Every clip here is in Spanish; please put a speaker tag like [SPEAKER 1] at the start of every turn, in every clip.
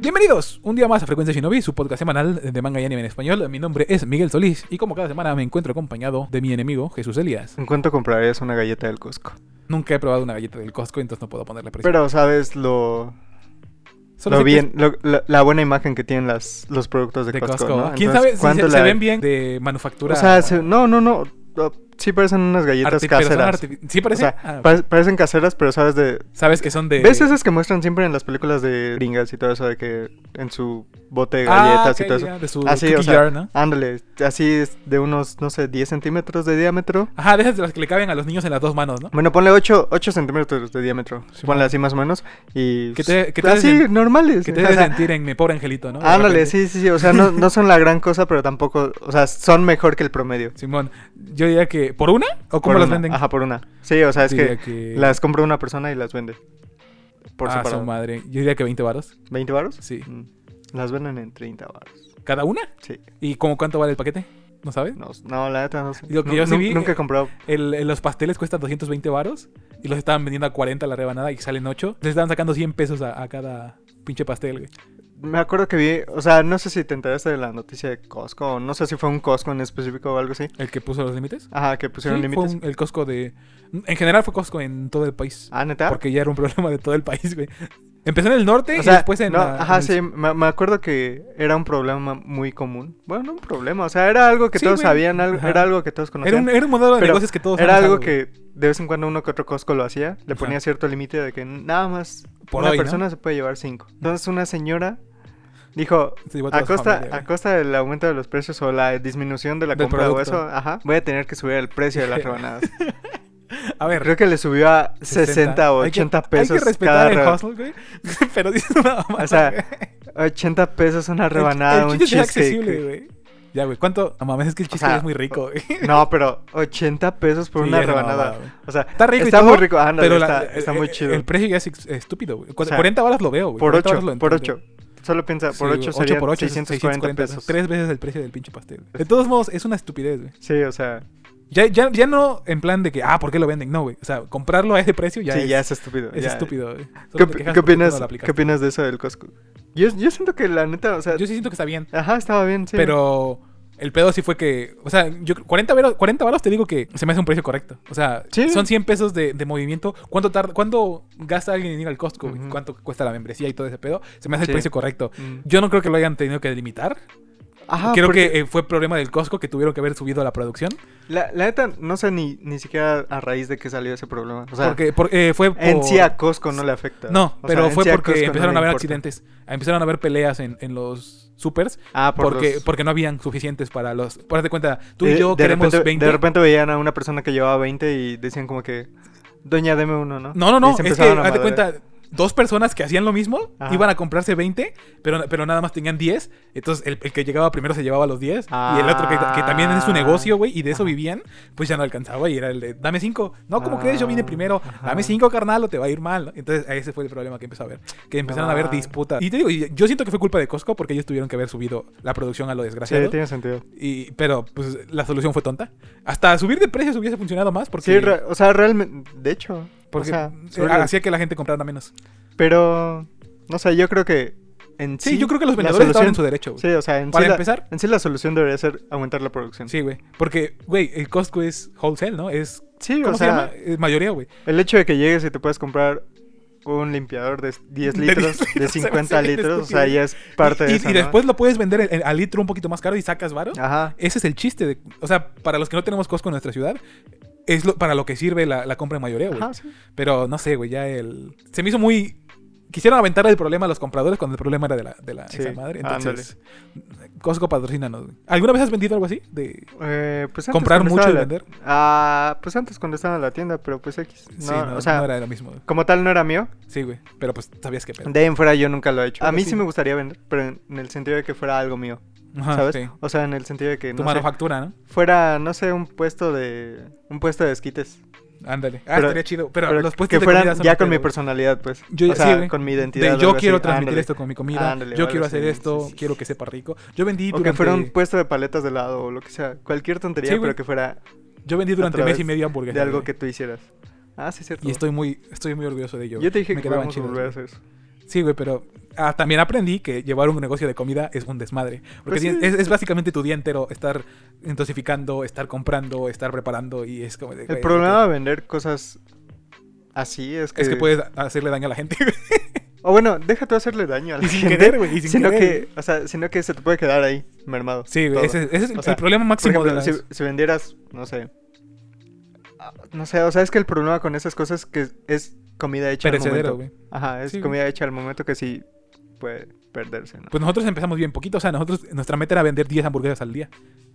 [SPEAKER 1] Bienvenidos un día más a Frecuencia Shinobi, su podcast semanal de manga y anime en español. Mi nombre es Miguel Solís y como cada semana me encuentro acompañado de mi enemigo, Jesús Elías.
[SPEAKER 2] ¿En cuánto comprarías una galleta del Costco?
[SPEAKER 1] Nunca he probado una galleta del Costco, entonces no puedo ponerle precio.
[SPEAKER 2] Pero sabes lo,
[SPEAKER 1] Solo
[SPEAKER 2] lo
[SPEAKER 1] sé que
[SPEAKER 2] bien, lo- la, la buena imagen que tienen las, los productos de,
[SPEAKER 1] es de
[SPEAKER 2] Costco,
[SPEAKER 1] Costco.
[SPEAKER 2] ¿no?
[SPEAKER 1] ¿Quién
[SPEAKER 2] Entonces,
[SPEAKER 1] sabe si
[SPEAKER 2] ¿cuánto
[SPEAKER 1] se, se
[SPEAKER 2] la-
[SPEAKER 1] ven bien de manufactura?
[SPEAKER 2] O sea, se- no, no, no. uh, Sí parecen unas galletas
[SPEAKER 1] arti- pero son
[SPEAKER 2] caseras.
[SPEAKER 1] arti- ¿Sí
[SPEAKER 2] O
[SPEAKER 1] parece?
[SPEAKER 2] sea,
[SPEAKER 1] Ah,
[SPEAKER 2] pa- parecen caseras, pero sabes de...
[SPEAKER 1] Sabes que son de...
[SPEAKER 2] ¿Ves esas que muestran siempre en las películas de gringas y todo eso de que en su bote de
[SPEAKER 1] Ah, ok,
[SPEAKER 2] galletas y todo
[SPEAKER 1] ya,
[SPEAKER 2] eso?
[SPEAKER 1] de su
[SPEAKER 2] Así, o
[SPEAKER 1] cookie
[SPEAKER 2] sea,
[SPEAKER 1] jar, ¿no?
[SPEAKER 2] Ándale, así es de unos, no sé, 10 centímetros de diámetro.
[SPEAKER 1] Ajá, de esas de las que le caben a los niños en las dos manos, ¿no?
[SPEAKER 2] Bueno, ponle 8, centímetros de diámetro.
[SPEAKER 1] Sí,
[SPEAKER 2] ponle
[SPEAKER 1] ma.
[SPEAKER 2] así más o menos. Y
[SPEAKER 1] Que te- que te
[SPEAKER 2] así,
[SPEAKER 1] desen-
[SPEAKER 2] normales.
[SPEAKER 1] Que te
[SPEAKER 2] o
[SPEAKER 1] debe
[SPEAKER 2] sea,
[SPEAKER 1] sentir en mi pobre angelito, ¿no? De
[SPEAKER 2] Ándale,
[SPEAKER 1] repente.
[SPEAKER 2] sí, sí, sí. O sea, no, no son la gran cosa, pero tampoco. O sea, son mejor que el promedio.
[SPEAKER 1] Simón, yo diría que... ¿Por una? ¿O
[SPEAKER 2] Por
[SPEAKER 1] cómo las
[SPEAKER 2] una.
[SPEAKER 1] venden?
[SPEAKER 2] Ajá, por una. Sí, o sea, es
[SPEAKER 1] Diría
[SPEAKER 2] que,
[SPEAKER 1] que-
[SPEAKER 2] las compra una persona y las vende. Por
[SPEAKER 1] ah, su
[SPEAKER 2] separado.
[SPEAKER 1] madre. Yo diría que 20 varos.
[SPEAKER 2] ¿20 baros?
[SPEAKER 1] Sí.
[SPEAKER 2] Las venden en 30 baros.
[SPEAKER 1] ¿Cada una?
[SPEAKER 2] Sí.
[SPEAKER 1] ¿Y cómo cuánto vale el paquete? ¿No sabes?
[SPEAKER 2] No, no, la neta no sé.
[SPEAKER 1] Lo que
[SPEAKER 2] Nu-
[SPEAKER 1] yo sí
[SPEAKER 2] nu-
[SPEAKER 1] vi-
[SPEAKER 2] Nunca he comprado.
[SPEAKER 1] El- el- los pasteles cuestan 220 varos y los estaban vendiendo a 40 la rebanada y salen 8. Les estaban sacando 100 pesos a, a cada pinche pastel, güey.
[SPEAKER 2] Me acuerdo que vi. O sea, no sé si te enteraste de la noticia de Costco. o No sé si fue un Costco en específico o algo así.
[SPEAKER 1] El que puso los límites.
[SPEAKER 2] Ajá, que
[SPEAKER 1] Sí,
[SPEAKER 2] pusieron
[SPEAKER 1] fue
[SPEAKER 2] límites.
[SPEAKER 1] un- el Costco de... En general fue Costco en todo el país.
[SPEAKER 2] Ah, neta.
[SPEAKER 1] Porque ya era un problema de todo el país, güey. Empezó en el norte
[SPEAKER 2] O sea,
[SPEAKER 1] y después en...
[SPEAKER 2] no,
[SPEAKER 1] la-
[SPEAKER 2] ajá,
[SPEAKER 1] en el
[SPEAKER 2] sí, me, me acuerdo que era un problema muy común. Bueno, no un problema, o sea, era algo que
[SPEAKER 1] Sí,
[SPEAKER 2] todos
[SPEAKER 1] güey.
[SPEAKER 2] sabían, algo-
[SPEAKER 1] Ajá.
[SPEAKER 2] era algo que todos
[SPEAKER 1] sur. Era
[SPEAKER 2] conocían.
[SPEAKER 1] un, era un modelo de
[SPEAKER 2] Pero
[SPEAKER 1] negocios que todos
[SPEAKER 2] era
[SPEAKER 1] han
[SPEAKER 2] algo
[SPEAKER 1] usado, güey.
[SPEAKER 2] que de vez en cuando uno que otro Costco lo hacía, le
[SPEAKER 1] Ajá.
[SPEAKER 2] ponía cierto límite de que nada más
[SPEAKER 1] Por
[SPEAKER 2] una
[SPEAKER 1] hoy, ¿no?
[SPEAKER 2] persona se puede llevar cinco. Entonces una señora dijo,
[SPEAKER 1] Se llevó a toda
[SPEAKER 2] a
[SPEAKER 1] su
[SPEAKER 2] costa,
[SPEAKER 1] familia,
[SPEAKER 2] a
[SPEAKER 1] güey.
[SPEAKER 2] costa del aumento de los precios o la disminución de la
[SPEAKER 1] Del
[SPEAKER 2] compra
[SPEAKER 1] producto.
[SPEAKER 2] o eso, ajá, voy a tener que subir el precio de las rebanadas.
[SPEAKER 1] A ver,
[SPEAKER 2] Creo que le subió a 60, o
[SPEAKER 1] Hay que-
[SPEAKER 2] 80 pesos
[SPEAKER 1] Hay que
[SPEAKER 2] cada
[SPEAKER 1] respetar el
[SPEAKER 2] reba-
[SPEAKER 1] hustle, güey. Pero dice una mamada,
[SPEAKER 2] O sea,
[SPEAKER 1] güey.
[SPEAKER 2] 80 pesos una
[SPEAKER 1] El-
[SPEAKER 2] rebanada,
[SPEAKER 1] el
[SPEAKER 2] un
[SPEAKER 1] chiste es ser
[SPEAKER 2] cheesecake.
[SPEAKER 1] accesible, güey. Ya, güey. ¿Cuánto? No mames, es que el chiste
[SPEAKER 2] sea,
[SPEAKER 1] es muy rico, güey.
[SPEAKER 2] No, pero 80 pesos por
[SPEAKER 1] Sí,
[SPEAKER 2] una
[SPEAKER 1] es una
[SPEAKER 2] rebanada.
[SPEAKER 1] mamada, güey.
[SPEAKER 2] o sea,
[SPEAKER 1] Está rico y
[SPEAKER 2] está
[SPEAKER 1] todo,
[SPEAKER 2] muy rico. ándale,
[SPEAKER 1] Pero la-
[SPEAKER 2] está,
[SPEAKER 1] el-
[SPEAKER 2] está muy
[SPEAKER 1] el-
[SPEAKER 2] chido.
[SPEAKER 1] El precio ya es ex- estúpido, güey. Cu-
[SPEAKER 2] O sea,
[SPEAKER 1] 40 balas lo veo, güey.
[SPEAKER 2] por
[SPEAKER 1] 40 balas
[SPEAKER 2] 8,
[SPEAKER 1] lo
[SPEAKER 2] por
[SPEAKER 1] entiendo.
[SPEAKER 2] 8. Solo piensa, por
[SPEAKER 1] Sí,
[SPEAKER 2] 8
[SPEAKER 1] güey,
[SPEAKER 2] serían
[SPEAKER 1] por 8 es
[SPEAKER 2] 640 pesos.
[SPEAKER 1] Tres veces el precio del pinche pastel. güey. De todos modos, es una estupidez, güey.
[SPEAKER 2] Sí, o sea,
[SPEAKER 1] Ya, ya, ya no en plan de que, ah, ¿por qué lo venden? No, güey. O sea, comprarlo a ese precio ya
[SPEAKER 2] sí,
[SPEAKER 1] es,
[SPEAKER 2] ya es estúpido.
[SPEAKER 1] es
[SPEAKER 2] ya.
[SPEAKER 1] estúpido, güey. Solo te
[SPEAKER 2] ¿Qué, qué
[SPEAKER 1] quejas porque tú no
[SPEAKER 2] opinas,
[SPEAKER 1] lo
[SPEAKER 2] ¿Qué
[SPEAKER 1] aplicas.
[SPEAKER 2] opinas de eso del Costco? Yo, yo siento que la neta, o sea,
[SPEAKER 1] Yo sí siento que está bien.
[SPEAKER 2] ajá, estaba bien, sí.
[SPEAKER 1] Pero el pedo sí fue que. O sea, yo 40 varos, 40 varos te digo que se me hace un precio correcto. O sea,
[SPEAKER 2] Sí.
[SPEAKER 1] son 100 pesos de, de movimiento. ¿Cuánto, tarda, ¿Cuánto gasta alguien en ir al Costco? güey?
[SPEAKER 2] Ujú.
[SPEAKER 1] ¿Cuánto cuesta la membresía y todo ese pedo? Se me hace
[SPEAKER 2] Sí.
[SPEAKER 1] el precio correcto.
[SPEAKER 2] Mm.
[SPEAKER 1] Yo no creo que lo hayan tenido que delimitar.
[SPEAKER 2] Ajá,
[SPEAKER 1] creo
[SPEAKER 2] Ah, porque
[SPEAKER 1] que eh, fue problema del Costco que tuvieron que haber subido la producción.
[SPEAKER 2] La, la neta, no sé ni, ni siquiera a raíz de que salió ese problema. O sea,
[SPEAKER 1] porque por- eh, fue.
[SPEAKER 2] en
[SPEAKER 1] por-
[SPEAKER 2] sí a Costco no le afecta.
[SPEAKER 1] No,
[SPEAKER 2] O sea,
[SPEAKER 1] pero
[SPEAKER 2] en
[SPEAKER 1] fue
[SPEAKER 2] sí a
[SPEAKER 1] porque
[SPEAKER 2] Costco no
[SPEAKER 1] empezaron a
[SPEAKER 2] le
[SPEAKER 1] haber
[SPEAKER 2] importa.
[SPEAKER 1] accidentes. Empezaron a haber peleas en, en los supers.
[SPEAKER 2] Ah, por
[SPEAKER 1] porque,
[SPEAKER 2] los-
[SPEAKER 1] porque no habían suficientes para los. Por de cuenta, tú y
[SPEAKER 2] De-
[SPEAKER 1] yo
[SPEAKER 2] de
[SPEAKER 1] queremos
[SPEAKER 2] repente,
[SPEAKER 1] 20.
[SPEAKER 2] De repente veían a una persona que llevaba 20 y decían como que, doña, deme uno, ¿no?
[SPEAKER 1] No, no, no.
[SPEAKER 2] Y
[SPEAKER 1] Es
[SPEAKER 2] se
[SPEAKER 1] que,
[SPEAKER 2] empezaban a
[SPEAKER 1] haz de
[SPEAKER 2] madrear.
[SPEAKER 1] cuenta, dos personas que hacían lo mismo
[SPEAKER 2] Ajá.
[SPEAKER 1] iban a comprarse 20, pero, pero nada más tenían 10. Entonces, el, el que llegaba primero se llevaba los 10. Y el otro, que, que también es su negocio, güey, y de eso
[SPEAKER 2] Ajá.
[SPEAKER 1] vivían, pues ya no alcanzaba y era el de, dame 5. No, como
[SPEAKER 2] Ah,
[SPEAKER 1] crees? Yo vine primero. Dame
[SPEAKER 2] ajá.
[SPEAKER 1] 5, carnal, o te va a ir mal. Entonces, ese fue el problema que empezó a haber. Que empezaron a haber
[SPEAKER 2] Ah.
[SPEAKER 1] disputas. Y te digo, y yo siento que fue culpa de Costco porque ellos tuvieron que haber subido la producción a lo
[SPEAKER 2] Sí,
[SPEAKER 1] desgraciado.
[SPEAKER 2] tiene sentido.
[SPEAKER 1] y, pero, pues, la solución fue tonta. Hasta subir de precios hubiese funcionado más porque,
[SPEAKER 2] Sí, re- o sea, realmente, de hecho,
[SPEAKER 1] porque
[SPEAKER 2] o sea,
[SPEAKER 1] eh,
[SPEAKER 2] suele-
[SPEAKER 1] hacía que la gente comprara menos.
[SPEAKER 2] pero, no sé, yo creo que en sí...
[SPEAKER 1] Sí, yo creo que los
[SPEAKER 2] la
[SPEAKER 1] vendedores estaban en su
[SPEAKER 2] solución-
[SPEAKER 1] derecho, güey.
[SPEAKER 2] Sí, o sea, en
[SPEAKER 1] Para
[SPEAKER 2] sí la-
[SPEAKER 1] empezar-
[SPEAKER 2] en sí la solución debería ser aumentar la producción.
[SPEAKER 1] Sí, güey. Porque, güey, el Costco es wholesale, ¿no? Es.
[SPEAKER 2] Sí,
[SPEAKER 1] ¿Cómo
[SPEAKER 2] o
[SPEAKER 1] se
[SPEAKER 2] sea,
[SPEAKER 1] llama? Es mayoría, güey.
[SPEAKER 2] el hecho de que llegues y te puedes comprar un limpiador de 10
[SPEAKER 1] De 10
[SPEAKER 2] litros, de,
[SPEAKER 1] litros, se me hace
[SPEAKER 2] 50
[SPEAKER 1] bien
[SPEAKER 2] litros, o
[SPEAKER 1] estúpido.
[SPEAKER 2] sea, ya es parte
[SPEAKER 1] y,
[SPEAKER 2] de
[SPEAKER 1] y-
[SPEAKER 2] eso,
[SPEAKER 1] y
[SPEAKER 2] ¿no? Ah.
[SPEAKER 1] después eh, lo puedes vender el- el- al litro un poquito más caro y sacas varo.
[SPEAKER 2] Ajá.
[SPEAKER 1] Ese es el chiste. De, o sea, para los que no tenemos Costco en nuestra ciudad, es lo, para lo que sirve la, la compra en mayoría, güey.
[SPEAKER 2] Ajá, sí.
[SPEAKER 1] Pero no sé, güey, ya el. Se me hizo muy. Quisieron aventar el problema a los compradores cuando el problema era de la, de la
[SPEAKER 2] Sí, Ah,
[SPEAKER 1] esa madre. Entonces, Costco patrocínanos. güey. ¿Alguna vez has vendido algo así? De...
[SPEAKER 2] Eh, pues antes
[SPEAKER 1] ¿Comprar
[SPEAKER 2] cuando
[SPEAKER 1] mucho
[SPEAKER 2] estaba
[SPEAKER 1] y
[SPEAKER 2] la-
[SPEAKER 1] vender?
[SPEAKER 2] Ah, pues antes cuando estaba en la tienda, pero pues X. No,
[SPEAKER 1] sí, no,
[SPEAKER 2] o sea,
[SPEAKER 1] no era lo mismo. güey.
[SPEAKER 2] como tal no era mío.
[SPEAKER 1] Sí, güey. Pero pues sabías que pedo.
[SPEAKER 2] De ahí en fuera yo nunca lo he hecho. A
[SPEAKER 1] Pero
[SPEAKER 2] mí
[SPEAKER 1] sí.
[SPEAKER 2] sí me gustaría vender, pero en en el sentido de que fuera algo mío,
[SPEAKER 1] Ajá,
[SPEAKER 2] ¿sabes?
[SPEAKER 1] Ah, sí.
[SPEAKER 2] O sea, en el sentido de que
[SPEAKER 1] Tu
[SPEAKER 2] no sé,
[SPEAKER 1] manufactura, ¿no?
[SPEAKER 2] fuera, no sé, un puesto de un puesto de esquites,
[SPEAKER 1] Ándale. Ah,
[SPEAKER 2] Pero-
[SPEAKER 1] estaría chido. Pero,
[SPEAKER 2] pero
[SPEAKER 1] los puestos
[SPEAKER 2] que
[SPEAKER 1] de
[SPEAKER 2] fueran
[SPEAKER 1] comida son
[SPEAKER 2] ya
[SPEAKER 1] el
[SPEAKER 2] con mi
[SPEAKER 1] pedo, güey.
[SPEAKER 2] personalidad, pues.
[SPEAKER 1] Yo,
[SPEAKER 2] o sea,
[SPEAKER 1] sí,
[SPEAKER 2] con mi identidad.
[SPEAKER 1] de
[SPEAKER 2] o
[SPEAKER 1] yo
[SPEAKER 2] algo
[SPEAKER 1] quiero
[SPEAKER 2] así.
[SPEAKER 1] transmitir
[SPEAKER 2] Ándale.
[SPEAKER 1] esto con mi comida.
[SPEAKER 2] Ándale,
[SPEAKER 1] yo
[SPEAKER 2] algo
[SPEAKER 1] quiero
[SPEAKER 2] así,
[SPEAKER 1] hacer esto.
[SPEAKER 2] sí, sí.
[SPEAKER 1] Quiero que sepa rico. Yo vendí
[SPEAKER 2] O que
[SPEAKER 1] durante,
[SPEAKER 2] fuera un puesto de paletas de helado o lo que sea, cualquier tontería,
[SPEAKER 1] Sí, güey.
[SPEAKER 2] pero que fuera
[SPEAKER 1] yo vendí durante
[SPEAKER 2] a
[SPEAKER 1] mes y
[SPEAKER 2] través
[SPEAKER 1] medio hamburguesas.
[SPEAKER 2] de algo
[SPEAKER 1] güey.
[SPEAKER 2] que tú hicieras. Ah, sí, cierto.
[SPEAKER 1] Y estoy muy, estoy muy orgursoso de ello.
[SPEAKER 2] Yo
[SPEAKER 1] güey.
[SPEAKER 2] te dije
[SPEAKER 1] Me
[SPEAKER 2] que
[SPEAKER 1] quedaban
[SPEAKER 2] íbamos a
[SPEAKER 1] chidos,
[SPEAKER 2] volver a
[SPEAKER 1] güey.
[SPEAKER 2] hacer eso.
[SPEAKER 1] Sí, güey, pero ah, también aprendí que llevar un negocio de comida es un desmadre. Porque
[SPEAKER 2] Pues sí.
[SPEAKER 1] tienes- es, es básicamente tu día entero estar intoxificando, estar comprando, estar preparando y es como... de,
[SPEAKER 2] El
[SPEAKER 1] güey,
[SPEAKER 2] problema de vender cosas así es que...
[SPEAKER 1] Es que puedes hacerle daño a la gente. güey.
[SPEAKER 2] O bueno, déjate hacerle daño a la
[SPEAKER 1] Y sin
[SPEAKER 2] gente,
[SPEAKER 1] querer, güey, y sin
[SPEAKER 2] sino
[SPEAKER 1] querer.
[SPEAKER 2] que, o sea, sino que se te puede quedar ahí, mermado.
[SPEAKER 1] Sí,
[SPEAKER 2] todo.
[SPEAKER 1] güey, ese, ese es
[SPEAKER 2] O
[SPEAKER 1] el
[SPEAKER 2] sea,
[SPEAKER 1] problema
[SPEAKER 2] Por
[SPEAKER 1] máximo
[SPEAKER 2] ejemplo,
[SPEAKER 1] de las...
[SPEAKER 2] si, si vendieras, no sé... ah, No sé, o sea, es que el problema con esas cosas es que es comida hecha al
[SPEAKER 1] perecedero,
[SPEAKER 2] momento.
[SPEAKER 1] güey.
[SPEAKER 2] Ajá, es
[SPEAKER 1] Sí, güey.
[SPEAKER 2] comida hecha al momento que sí puede perderse, ¿no?
[SPEAKER 1] Pues nosotros empezamos bien poquito, o sea, nosotros, nuestra meta era vender 10 hamburguesas al día.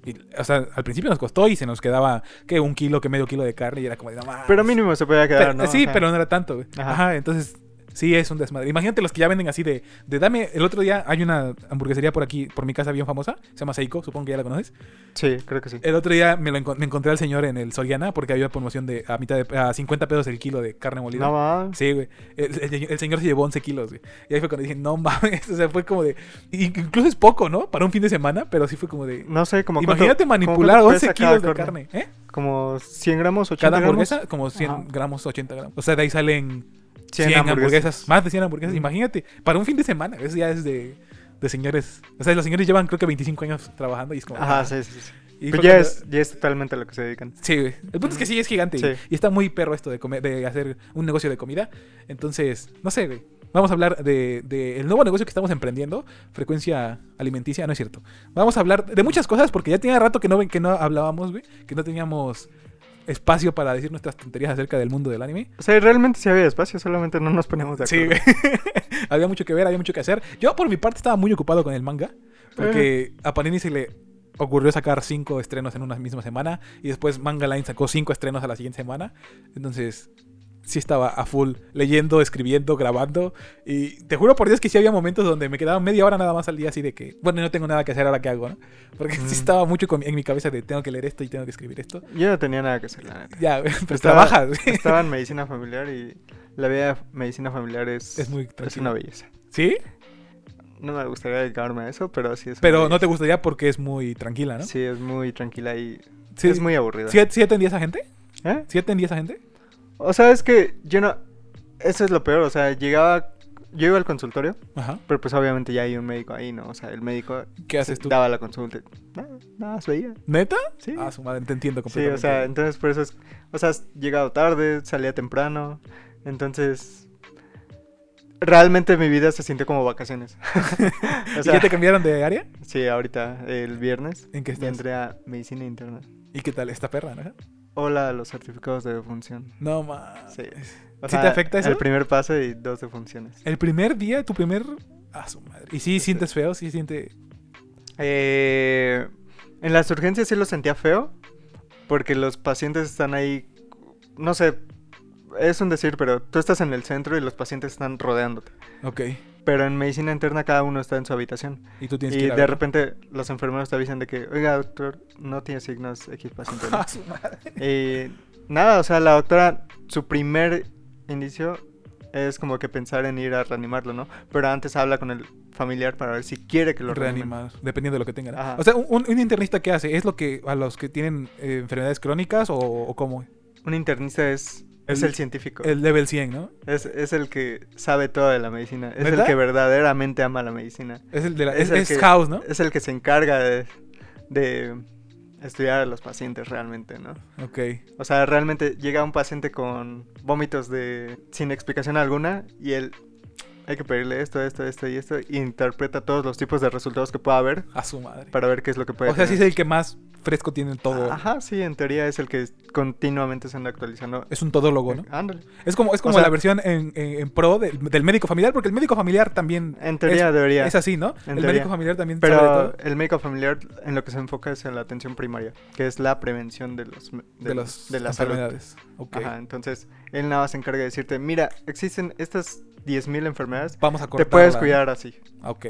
[SPEAKER 1] Y, o sea, al principio nos costó y se nos quedaba, que Un kilo, que medio kilo de carne y era como de, no mames.
[SPEAKER 2] Pero mínimo se podía quedar,
[SPEAKER 1] Pero-
[SPEAKER 2] ¿no?
[SPEAKER 1] Sí,
[SPEAKER 2] Ajá.
[SPEAKER 1] pero no era tanto, güey. Ajá.
[SPEAKER 2] Ajá.
[SPEAKER 1] entonces sí es un desmadre. Imagínate los que ya venden así de, de dame. El otro día hay una hamburguesería por aquí, por mi casa, bien famosa. Se llama Seiko, supongo que ya la conoces.
[SPEAKER 2] Sí, creo que sí.
[SPEAKER 1] El otro día me, lo encon- me encontré al señor en el Soriana porque había promoción de a mitad de a 50 pesos el kilo de carne molida.
[SPEAKER 2] No va.
[SPEAKER 1] Sí, güey. El, el- el señor se llevó 11 kilos, güey. Y ahí fue cuando dije, no mames. O sea, fue como de. y- Incluso es poco, ¿no? Para un fin de semana, pero sí fue como de.
[SPEAKER 2] No sé, como cuánto-
[SPEAKER 1] Imagínate
[SPEAKER 2] como
[SPEAKER 1] manipular
[SPEAKER 2] cuánto
[SPEAKER 1] 11
[SPEAKER 2] pesa cada
[SPEAKER 1] kilos de carne. ¿eh?
[SPEAKER 2] Como 100 gramos, 80
[SPEAKER 1] Cada
[SPEAKER 2] gramos.
[SPEAKER 1] hamburguesa, como 100
[SPEAKER 2] Ajá.
[SPEAKER 1] gramos, 80 gramos. O sea, de ahí salen 100,
[SPEAKER 2] 100
[SPEAKER 1] hamburguesas.
[SPEAKER 2] hamburguesas.
[SPEAKER 1] Más de 100 hamburguesas.
[SPEAKER 2] Mm.
[SPEAKER 1] Imagínate, para un fin de semana. Eso ya es de, de señores. O sea, los señores llevan creo que 25 años trabajando y es como.
[SPEAKER 2] Ajá,
[SPEAKER 1] ah.
[SPEAKER 2] sí, sí, sí.
[SPEAKER 1] Y
[SPEAKER 2] Pues
[SPEAKER 1] fue
[SPEAKER 2] ya
[SPEAKER 1] cuando-
[SPEAKER 2] es, ya es totalmente a lo que se dedican.
[SPEAKER 1] Sí, güey. El punto es que sí, es gigante. y-
[SPEAKER 2] Sí.
[SPEAKER 1] Y, está muy perro esto de, comer- de hacer un negocio de comida. Entonces, no sé, güey. Vamos a hablar de, de el nuevo negocio que estamos emprendiendo, frecuencia alimenticia, no es cierto. Vamos a hablar de muchas cosas porque ya tenía rato que no ven que no hablábamos, güey, que no teníamos espacio para decir nuestras tonterías acerca del mundo del anime.
[SPEAKER 2] O sea, realmente sí había espacio, solamente no nos poníamos de acuerdo.
[SPEAKER 1] Sí, güey. había mucho que ver, había mucho que hacer. Yo, por mi parte, estaba muy ocupado con el manga.
[SPEAKER 2] Eh.
[SPEAKER 1] Porque a Panini se le ocurrió sacar cinco estrenos en una misma semana. Y después Manga Line sacó cinco estrenos a la siguiente semana. Entonces, sí estaba a full leyendo, escribiendo, grabando. Y te juro por Dios que sí había momentos donde me quedaba media hora nada más al día, así de que, bueno, no tengo nada que hacer ahora que hago, ¿no? Porque
[SPEAKER 2] Mm.
[SPEAKER 1] sí estaba mucho con- en mi cabeza de tengo que leer esto y tengo que escribir esto.
[SPEAKER 2] Yo no tenía nada que hacer, la neta.
[SPEAKER 1] Ya, pues güey, pero
[SPEAKER 2] Estaba-
[SPEAKER 1] trabajas. güey.
[SPEAKER 2] Estaba en medicina familiar y la vida de medicina familiar es,
[SPEAKER 1] Es muy
[SPEAKER 2] es
[SPEAKER 1] tranquila.
[SPEAKER 2] una belleza.
[SPEAKER 1] ¿Sí?
[SPEAKER 2] No me gustaría dedicarme a eso, pero sí es. una
[SPEAKER 1] Pero no
[SPEAKER 2] belleza.
[SPEAKER 1] te gustaría porque es muy tranquila, ¿no?
[SPEAKER 2] Sí, es muy tranquila y
[SPEAKER 1] Sí.
[SPEAKER 2] es muy aburrida.
[SPEAKER 1] ¿Sí, sí atendías a gente?
[SPEAKER 2] ¿Eh?
[SPEAKER 1] ¿Sí atendías a gente?
[SPEAKER 2] O sea, es que yo no. Eso es lo peor, o sea, llegaba. Yo iba al consultorio,
[SPEAKER 1] Ajá.
[SPEAKER 2] pero pues obviamente ya hay un médico ahí, ¿no? O sea, el médico
[SPEAKER 1] ¿Qué haces tú?
[SPEAKER 2] daba la consulta. y Nada, nada, más veía.
[SPEAKER 1] ¿Neta?
[SPEAKER 2] Sí.
[SPEAKER 1] Ah, su madre, te entiendo
[SPEAKER 2] Sí, o
[SPEAKER 1] completamente.
[SPEAKER 2] sea, entonces por eso es, o sea, llegado tarde, salía temprano, entonces realmente mi vida se sintió como vacaciones. o
[SPEAKER 1] ¿Y
[SPEAKER 2] sea,
[SPEAKER 1] ya te cambiaron de área?
[SPEAKER 2] sí, ahorita el viernes
[SPEAKER 1] ¿En qué
[SPEAKER 2] ya
[SPEAKER 1] estás?
[SPEAKER 2] entré a medicina interna.
[SPEAKER 1] ¿Y qué tal esta perra, no?
[SPEAKER 2] Hola, los certificados de defunción.
[SPEAKER 1] No más.
[SPEAKER 2] Sí. O
[SPEAKER 1] Ah, ¿Sí te
[SPEAKER 2] sea,
[SPEAKER 1] afecta eso?
[SPEAKER 2] El primer paso y dos defunciones.
[SPEAKER 1] El primer día, tu primer. Ah, su madre. ¿Y sí sientes feo? ¿Sí sientes.?
[SPEAKER 2] Eh, en las urgencias sí lo sentía feo, porque los pacientes están ahí, no sé, es un decir, pero tú estás en el centro y los pacientes están rodeándote.
[SPEAKER 1] Ok.
[SPEAKER 2] Pero en medicina interna cada uno está en su habitación.
[SPEAKER 1] Y tú tienes que.
[SPEAKER 2] Y
[SPEAKER 1] ir a
[SPEAKER 2] de
[SPEAKER 1] ver.
[SPEAKER 2] repente los enfermeros te avisan de que, oiga, doctor, no tiene signos X paciente. ¿no?".
[SPEAKER 1] Ah, su madre.
[SPEAKER 2] y nada, o sea, la doctora, su primer indicio es como que pensar en ir a reanimarlo, ¿no? Pero antes habla con el familiar para ver si quiere que lo reanime.
[SPEAKER 1] Reanimar, dependiendo de lo que tengan.
[SPEAKER 2] Ajá.
[SPEAKER 1] O sea, un, un- un internista, ¿qué hace? ¿Es lo que a los que tienen eh, enfermedades crónicas o, o cómo?
[SPEAKER 2] Un internista es, es
[SPEAKER 1] El-
[SPEAKER 2] el, científico.
[SPEAKER 1] El level 100, ¿no?
[SPEAKER 2] Es, es el que sabe todo de la medicina. Es
[SPEAKER 1] ¿Verdad?
[SPEAKER 2] el que verdaderamente ama la medicina.
[SPEAKER 1] Es el de la. Es,
[SPEAKER 2] Es el
[SPEAKER 1] es
[SPEAKER 2] que-
[SPEAKER 1] house, ¿no?
[SPEAKER 2] Es el que se encarga de, de estudiar a los pacientes realmente, ¿no?
[SPEAKER 1] Ok.
[SPEAKER 2] O sea, realmente llega un paciente con vómitos de sin explicación alguna y él hay que pedirle esto, esto, esto y esto y interpreta todos los tipos de resultados que pueda haber
[SPEAKER 1] A Ah, su madre.
[SPEAKER 2] para ver qué es lo que puede.
[SPEAKER 1] O sea, sí es
[SPEAKER 2] tener.
[SPEAKER 1] el que más fresco tiene todo.
[SPEAKER 2] Ajá, sí, en teoría es el que continuamente se anda actualizando.
[SPEAKER 1] Es un todólogo, ¿no?
[SPEAKER 2] Ándale.
[SPEAKER 1] Es como, es como
[SPEAKER 2] sea-
[SPEAKER 1] la versión en, en- en pro del, del médico familiar, porque el médico familiar también
[SPEAKER 2] En teoría debería.
[SPEAKER 1] es así, ¿no?
[SPEAKER 2] En
[SPEAKER 1] el
[SPEAKER 2] teoría.
[SPEAKER 1] médico familiar también sabe de
[SPEAKER 2] Pero
[SPEAKER 1] todo.
[SPEAKER 2] el médico familiar en lo que se enfoca es en la atención primaria, que es la prevención de los de,
[SPEAKER 1] De, las
[SPEAKER 2] de la salud.
[SPEAKER 1] enfermedades. Ok.
[SPEAKER 2] Ajá, entonces él nada más se encarga de decirte, mira, existen estas 10.000 enfermedades,
[SPEAKER 1] Vamos a
[SPEAKER 2] te
[SPEAKER 1] cortar.
[SPEAKER 2] puedes cuidar así.
[SPEAKER 1] Ok.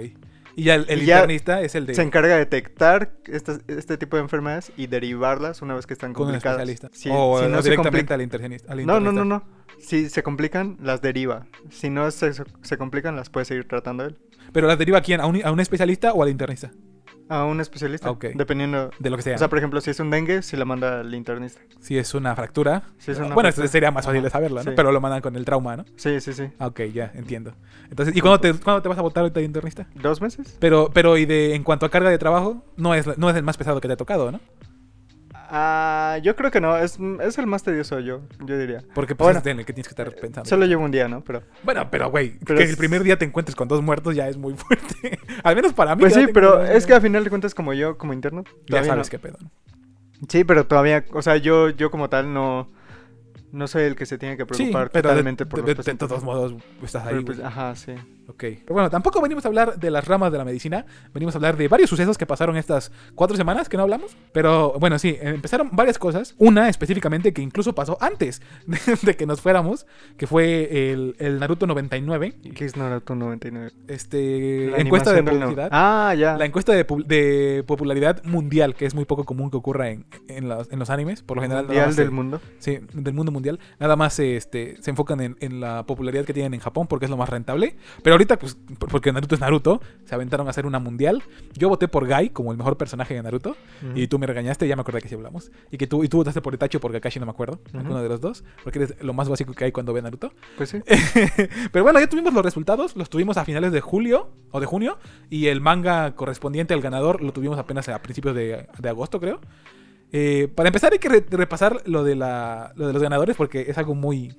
[SPEAKER 1] Y ya el, el
[SPEAKER 2] Y ya
[SPEAKER 1] internista es el de.
[SPEAKER 2] Se encarga de detectar estas, este tipo de enfermedades y derivarlas una vez que están
[SPEAKER 1] con el
[SPEAKER 2] complicadas.
[SPEAKER 1] especialista.
[SPEAKER 2] Si,
[SPEAKER 1] o
[SPEAKER 2] si
[SPEAKER 1] no
[SPEAKER 2] no se
[SPEAKER 1] directamente
[SPEAKER 2] complica-
[SPEAKER 1] al internista. al
[SPEAKER 2] No, no,
[SPEAKER 1] internista.
[SPEAKER 2] no, no. Si se complican, las deriva. Si no se, se complican, las puede seguir tratando él.
[SPEAKER 1] Pero las deriva a quién? ¿A un, a un especialista o al internista?
[SPEAKER 2] a un especialista.
[SPEAKER 1] Ah, ok.
[SPEAKER 2] Dependiendo.
[SPEAKER 1] De lo que sea.
[SPEAKER 2] O sea, por ejemplo, si es un dengue, si la manda al internista.
[SPEAKER 1] si es una fractura.
[SPEAKER 2] Si es una
[SPEAKER 1] bueno, este
[SPEAKER 2] fractura.
[SPEAKER 1] sería más fácil de saberlo, ¿no?
[SPEAKER 2] Sí.
[SPEAKER 1] Pero lo mandan con el trauma, ¿no?
[SPEAKER 2] Sí, sí, sí.
[SPEAKER 1] Ah, ok, ya, entiendo. Entonces, ¿y cuándo te, cuándo te vas a votar ahorita de internista?
[SPEAKER 2] ¿Dos meses?
[SPEAKER 1] Pero, pero y de en cuanto a carga de trabajo, no es, la- no es el más pesado que te ha tocado, ¿no?
[SPEAKER 2] Ah, yo creo que no. Es, es el más tedioso, yo, yo diría.
[SPEAKER 1] Porque pues,
[SPEAKER 2] Bueno,
[SPEAKER 1] es en el que tienes que estar pensando.
[SPEAKER 2] Solo llevo un día, ¿no? Pero.
[SPEAKER 1] Bueno, pero güey,
[SPEAKER 2] Pero
[SPEAKER 1] que
[SPEAKER 2] es-
[SPEAKER 1] el primer día te encuentres con dos muertos ya es muy fuerte. Al menos para mí.
[SPEAKER 2] Pues
[SPEAKER 1] que ya tengo
[SPEAKER 2] sí, pero
[SPEAKER 1] dos
[SPEAKER 2] es que
[SPEAKER 1] muertos.
[SPEAKER 2] a final de cuentas, como yo, como interno.
[SPEAKER 1] Ya
[SPEAKER 2] todavía
[SPEAKER 1] sabes
[SPEAKER 2] no-
[SPEAKER 1] qué pedo. ¿no?
[SPEAKER 2] Sí, pero todavía. O sea, yo, yo como tal no. No soy el que se tiene que
[SPEAKER 1] Sí,
[SPEAKER 2] preocupar
[SPEAKER 1] pero de,
[SPEAKER 2] totalmente por
[SPEAKER 1] de-
[SPEAKER 2] los
[SPEAKER 1] de- de
[SPEAKER 2] pacientes.
[SPEAKER 1] todos modos estás ahí.
[SPEAKER 2] Pero,
[SPEAKER 1] güey.
[SPEAKER 2] pues, ajá, sí.
[SPEAKER 1] Ok. Pero bueno, tampoco venimos a hablar de las ramas de la medicina, venimos a hablar de varios sucesos que pasaron estas cuatro semanas que no hablamos. Pero bueno, sí, empezaron varias cosas. Una específicamente que incluso pasó antes de, de que nos fuéramos, que fue el, el Naruto 99,
[SPEAKER 2] ¿Qué es Naruto 99?
[SPEAKER 1] este,
[SPEAKER 2] La
[SPEAKER 1] encuesta de
[SPEAKER 2] animación del
[SPEAKER 1] publicidad.
[SPEAKER 2] Naruto. Ah, ya.
[SPEAKER 1] La encuesta de, pu- de popularidad mundial, que es muy poco común que ocurra en, en, los, en los animes, por lo general. nada
[SPEAKER 2] Mundial
[SPEAKER 1] más
[SPEAKER 2] del
[SPEAKER 1] se-
[SPEAKER 2] mundo.
[SPEAKER 1] Sí, del mundo mundial. Nada más este, se enfocan en, en la popularidad que tienen en Japón porque es lo más rentable. Pero ahorita, pues, por- porque Naruto es Naruto, se aventaron a hacer una mundial. Yo voté por Gai como el mejor personaje de Naruto.
[SPEAKER 2] Ujú.
[SPEAKER 1] Y tú me regañaste, ya me acordé que sí hablamos. Y que tú, y tú votaste por Itachi o por Kakashi, no me acuerdo.
[SPEAKER 2] Ujú.
[SPEAKER 1] Alguno de los dos. Porque eres lo más básico que hay cuando ve Naruto.
[SPEAKER 2] Pues sí.
[SPEAKER 1] Pero bueno, ya tuvimos los resultados, los tuvimos a finales de julio o de junio, y el manga correspondiente al ganador lo tuvimos apenas a principios de, de agosto, creo. Eh, para empezar hay que re- repasar lo de, la, lo de los ganadores porque es algo muy...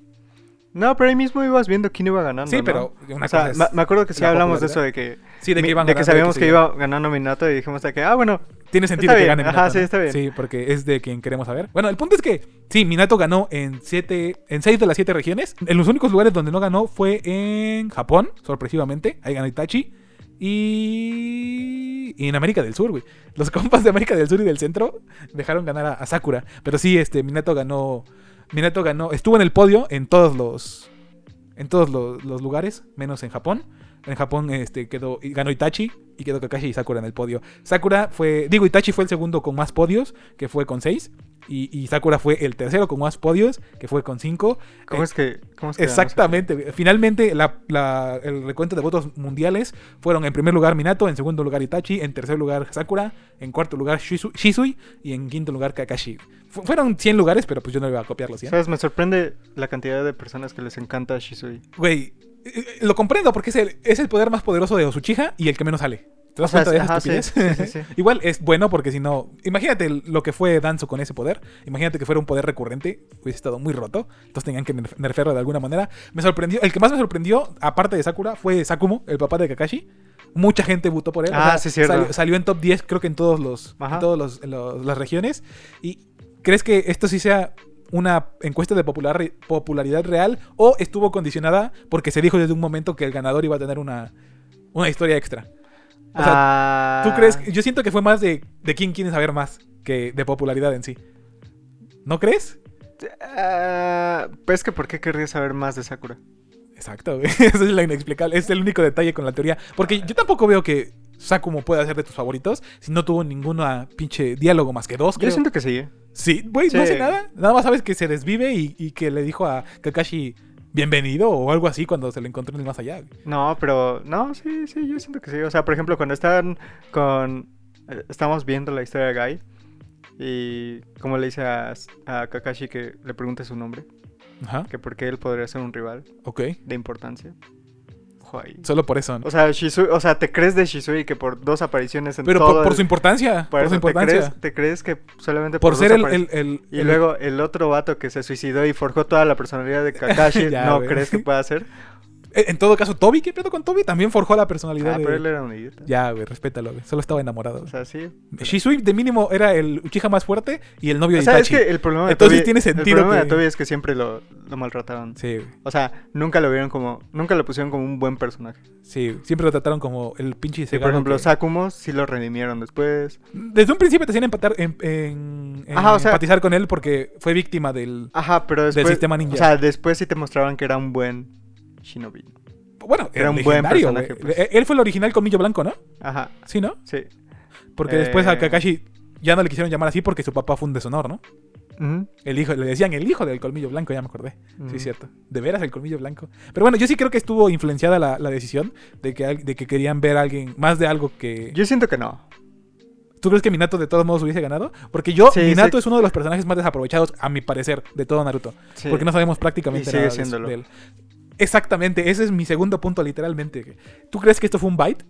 [SPEAKER 2] No, pero ahí mismo ibas viendo quién iba ganando.
[SPEAKER 1] sí,
[SPEAKER 2] ¿no?
[SPEAKER 1] pero una
[SPEAKER 2] O sea,
[SPEAKER 1] cosa es...
[SPEAKER 2] me- me acuerdo que sí
[SPEAKER 1] la
[SPEAKER 2] hablamos de eso
[SPEAKER 1] popularidad.
[SPEAKER 2] de que,
[SPEAKER 1] Sí, de que
[SPEAKER 2] mi-
[SPEAKER 1] iban ganando,
[SPEAKER 2] sabíamos que,
[SPEAKER 1] se-
[SPEAKER 2] iba ganando Minato y dijimos de que, ah, bueno,
[SPEAKER 1] Tiene sentido
[SPEAKER 2] Está
[SPEAKER 1] que
[SPEAKER 2] bien,
[SPEAKER 1] gane Minato.
[SPEAKER 2] ajá, sí,
[SPEAKER 1] ¿no?
[SPEAKER 2] está bien.
[SPEAKER 1] Sí, porque es de quien queremos saber. Bueno, el punto es que sí, Minato ganó en siete, en seis de las siete regiones. En los únicos lugares donde no ganó fue en Japón, sorpresivamente. Ahí ganó Itachi. Y... y en América del Sur, güey. Los compas de América del Sur y del Centro dejaron ganar a, a Sakura. Pero sí, este, Minato ganó. Minato ganó. Estuvo en el podio en todos los. En todos los, los lugares, menos en Japón. En Japón este, quedó, y ganó Itachi y quedó Kakashi y Sakura en el podio. Sakura fue, digo, Itachi fue el segundo con más podios, que fue con 6. Y, y Sakura fue el tercero con más podios, que fue con 5.
[SPEAKER 2] ¿cómo es que.? Cómo es que ganamos?
[SPEAKER 1] Exactamente. güey. Finalmente, la- la- el recuento de votos mundiales fueron en primer lugar Minato, en segundo lugar Itachi, en tercer lugar Sakura, en cuarto lugar Shizu- Shisui y en quinto lugar Kakashi. Fu- fueron 100 lugares, pero pues yo no iba a copiar los 100.
[SPEAKER 2] ¿Sabes? Me sorprende la cantidad de personas que les encanta Shisui.
[SPEAKER 1] Güey, eh, eh, lo comprendo porque es el, es el poder más poderoso de Osuchiha y el que menos sale. ¿Te das
[SPEAKER 2] O sea,
[SPEAKER 1] cuenta de esa
[SPEAKER 2] ajá, sí,
[SPEAKER 1] estupidez?
[SPEAKER 2] sí, sí, sí.
[SPEAKER 1] Igual es bueno porque si no. Imagínate el- lo que fue Danzo con ese poder. Imagínate que fuera un poder recurrente. Hubiese estado muy roto. Entonces tenían que nerf- nerfearlo de alguna manera. Me sorprendió. El que más me sorprendió, aparte de Sakura, fue Sakumo, el papá de Kakashi. Mucha gente votó por él.
[SPEAKER 2] Ah, sí, cierto.
[SPEAKER 1] Salió, salió en top 10, creo que en todos los,
[SPEAKER 2] Ajá.
[SPEAKER 1] en todos los, en los- las regiones. ¿Y crees que esto sí sea una encuesta de popular- popularidad real o estuvo condicionada porque se dijo desde un momento que el ganador iba a tener una, una historia extra? O sea,
[SPEAKER 2] ah,
[SPEAKER 1] ¿Tú crees? que- Yo siento que fue más de, de quién quiere saber más que de popularidad en sí. ¿No crees?
[SPEAKER 2] ah, pues que, ¿por qué querría saber más de Sakura?
[SPEAKER 1] Exacto, güey. Eso es lo inexplicable. Es el único detalle con la teoría. Porque yo tampoco veo que Sakumo pueda ser de tus favoritos si no tuvo ninguna pinche diálogo más que dos.
[SPEAKER 2] Yo
[SPEAKER 1] creo.
[SPEAKER 2] siento que sí. ¿eh?
[SPEAKER 1] Sí, güey, no
[SPEAKER 2] Sí.
[SPEAKER 1] hace nada. Nada más sabes que se desvive y, y que le dijo a Kakashi bienvenido o algo así cuando se lo encontró en el más allá. güey.
[SPEAKER 2] No, pero. No, sí, sí, yo siento que sí. O sea, por ejemplo, cuando están con. eh, Estamos viendo la historia de Gai. Y como le dice a, a Kakashi que le pregunte su nombre,
[SPEAKER 1] Ajá,
[SPEAKER 2] que por qué él podría ser un rival
[SPEAKER 1] ok.
[SPEAKER 2] de importancia. Ojo ahí.
[SPEAKER 1] Solo por eso. ¿no?
[SPEAKER 2] O sea, Shisui, o sea, te crees de Shisui que por dos apariciones en
[SPEAKER 1] Pero
[SPEAKER 2] todo
[SPEAKER 1] por, por
[SPEAKER 2] el-
[SPEAKER 1] su importancia. Por,
[SPEAKER 2] por
[SPEAKER 1] su
[SPEAKER 2] eso te
[SPEAKER 1] importancia.
[SPEAKER 2] crees- Te crees, que solamente
[SPEAKER 1] Por
[SPEAKER 2] dos
[SPEAKER 1] ser el...
[SPEAKER 2] apari-
[SPEAKER 1] el- el-
[SPEAKER 2] Y
[SPEAKER 1] el-
[SPEAKER 2] luego el otro vato que se suicidó y forjó toda la personalidad de Kakashi,
[SPEAKER 1] Ya,
[SPEAKER 2] ¿no
[SPEAKER 1] güey.
[SPEAKER 2] crees que pueda ser?
[SPEAKER 1] eh, En todo caso, Toby, ¿qué pedo con Toby? También forjó la personalidad
[SPEAKER 2] Ah,
[SPEAKER 1] de...
[SPEAKER 2] pero él era un idiota.
[SPEAKER 1] Ya, güey, respétalo, güey. Solo estaba enamorado.
[SPEAKER 2] O
[SPEAKER 1] güey.
[SPEAKER 2] sea, sí.
[SPEAKER 1] Shisui, de mínimo, era el Uchiha más fuerte y el novio
[SPEAKER 2] O
[SPEAKER 1] de
[SPEAKER 2] sea, es
[SPEAKER 1] Itachi.
[SPEAKER 2] que el problema de
[SPEAKER 1] Entonces
[SPEAKER 2] Tobi-
[SPEAKER 1] tiene
[SPEAKER 2] El
[SPEAKER 1] sentido
[SPEAKER 2] problema de
[SPEAKER 1] que-
[SPEAKER 2] Tobi es que siempre lo, lo maltrataron.
[SPEAKER 1] Sí, güey.
[SPEAKER 2] O sea, nunca lo vieron como... Nunca lo pusieron como un buen personaje.
[SPEAKER 1] Sí, güey. siempre lo trataron como el pinche
[SPEAKER 2] Sí, por
[SPEAKER 1] cegado
[SPEAKER 2] ejemplo,
[SPEAKER 1] que-
[SPEAKER 2] Sakumo sí lo redimieron después.
[SPEAKER 1] Desde un principio te hacían empatar en, en- en
[SPEAKER 2] Ajá, o sea-
[SPEAKER 1] empatizar con él porque fue víctima del.
[SPEAKER 2] Ajá, pero después...
[SPEAKER 1] sistema ninja.
[SPEAKER 2] O sea, después sí te mostraban que era un buen shinobi.
[SPEAKER 1] Bueno,
[SPEAKER 2] Era
[SPEAKER 1] era
[SPEAKER 2] un
[SPEAKER 1] un
[SPEAKER 2] buen
[SPEAKER 1] legendario,
[SPEAKER 2] personaje,
[SPEAKER 1] güey.
[SPEAKER 2] pues.
[SPEAKER 1] Él fue el original colmillo blanco, ¿no?
[SPEAKER 2] Ajá,
[SPEAKER 1] Sí, ¿no?
[SPEAKER 2] sí.
[SPEAKER 1] Porque después a
[SPEAKER 2] Eh.
[SPEAKER 1] Kakashi ya no le quisieron llamar así porque su papá fue un deshonor, ¿no?
[SPEAKER 2] Ujú. Mm.
[SPEAKER 1] El hijo, le decían el hijo del colmillo blanco, ya me acordé.
[SPEAKER 2] Ujú.
[SPEAKER 1] Sí, cierto. De veras el colmillo blanco. Pero bueno, yo sí creo que estuvo influenciada la, la decisión de que, al- de que querían ver a alguien más de algo que.
[SPEAKER 2] Yo siento que no.
[SPEAKER 1] ¿Tú crees que Minato de todos modos hubiese ganado? Porque yo,
[SPEAKER 2] Sí,
[SPEAKER 1] Minato
[SPEAKER 2] sí.
[SPEAKER 1] es uno de los personajes más desaprovechados, a mi parecer, de todo Naruto.
[SPEAKER 2] Sí.
[SPEAKER 1] Porque no sabemos
[SPEAKER 2] Y
[SPEAKER 1] prácticamente
[SPEAKER 2] sigue
[SPEAKER 1] nada de-
[SPEAKER 2] siéndolo.
[SPEAKER 1] de él. Exactamente, ese es mi segundo punto, literalmente. ¿Tú crees que esto fue un bite?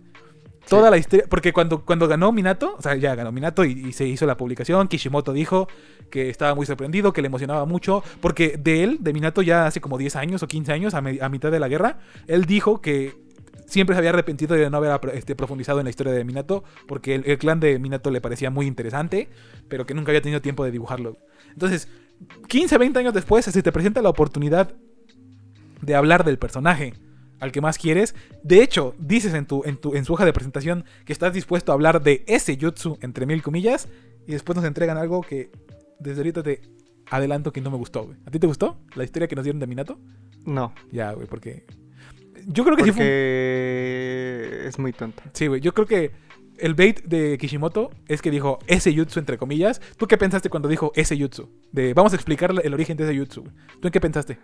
[SPEAKER 1] Toda la historia. Porque cuando, cuando ganó Minato, o sea, ya ganó Minato y, y se hizo la publicación, Kishimoto dijo que estaba muy sorprendido, que le emocionaba mucho. Porque de él, de Minato, ya hace como 10 años o 15 años, a, me- a mitad de la guerra, él dijo que siempre se había arrepentido de no haber apro- este, profundizado en la historia de Minato, porque el, el clan de Minato le parecía muy interesante, pero que nunca había tenido tiempo de dibujarlo. Entonces, 15, 20 años después, se te presenta la oportunidad de hablar del personaje al que más quieres. De hecho, dices en, tu, en, tu, en su hoja de presentación que estás dispuesto a hablar de ese jutsu, entre mil comillas, y después nos entregan algo que desde ahorita te adelanto que no me gustó, güey. ¿A ti te gustó la historia que nos dieron de Minato?
[SPEAKER 2] No,
[SPEAKER 1] Ya, güey, porque... Yo creo que sí fue un
[SPEAKER 2] porque es muy tonto.
[SPEAKER 1] Sí, güey. Yo creo que el bait de Kishimoto es que dijo ese jutsu, entre comillas. ¿Tú qué pensaste cuando dijo ese jutsu? De, vamos a explicar el origen de ese jutsu. güey. ¿Tú en qué pensaste?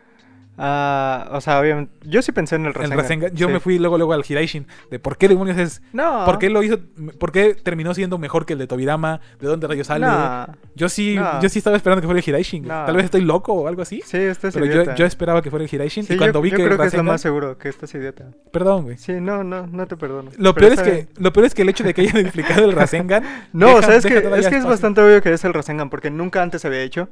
[SPEAKER 2] Ah, o sea, obviamente, yo sí pensé en el
[SPEAKER 1] En
[SPEAKER 2] Rasengan.
[SPEAKER 1] Rasengan. Yo
[SPEAKER 2] sí.
[SPEAKER 1] me fui luego, luego al Hiraishin. De por qué demonios es...
[SPEAKER 2] No.
[SPEAKER 1] ¿Por qué lo hizo? ¿Por qué terminó siendo mejor que el de Tobirama? ¿De dónde rayos sale?
[SPEAKER 2] No.
[SPEAKER 1] Yo sí,
[SPEAKER 2] No.
[SPEAKER 1] yo sí estaba esperando que fuera el Hiraishin. güey.
[SPEAKER 2] No.
[SPEAKER 1] Tal vez estoy loco o algo así.
[SPEAKER 2] Sí, este es
[SPEAKER 1] pero yo,
[SPEAKER 2] idiota.
[SPEAKER 1] yo esperaba que fuera el Hiraishin.
[SPEAKER 2] Sí,
[SPEAKER 1] y cuando
[SPEAKER 2] yo,
[SPEAKER 1] vi
[SPEAKER 2] yo
[SPEAKER 1] que
[SPEAKER 2] creo que es lo
[SPEAKER 1] Rasengan-
[SPEAKER 2] más seguro, que estás idiota.
[SPEAKER 1] Perdón, güey.
[SPEAKER 2] Sí, no, no, no te perdono.
[SPEAKER 1] Lo
[SPEAKER 2] Pero
[SPEAKER 1] peor, es
[SPEAKER 2] está
[SPEAKER 1] que,
[SPEAKER 2] bien.
[SPEAKER 1] lo peor es que el hecho de que hayan explicado el Rasengan.
[SPEAKER 2] No,
[SPEAKER 1] deja-
[SPEAKER 2] o sea, es
[SPEAKER 1] deja
[SPEAKER 2] que,
[SPEAKER 1] todavía
[SPEAKER 2] es, que es
[SPEAKER 1] espacio.
[SPEAKER 2] bastante obvio que es el Rasengan, porque nunca antes se había hecho.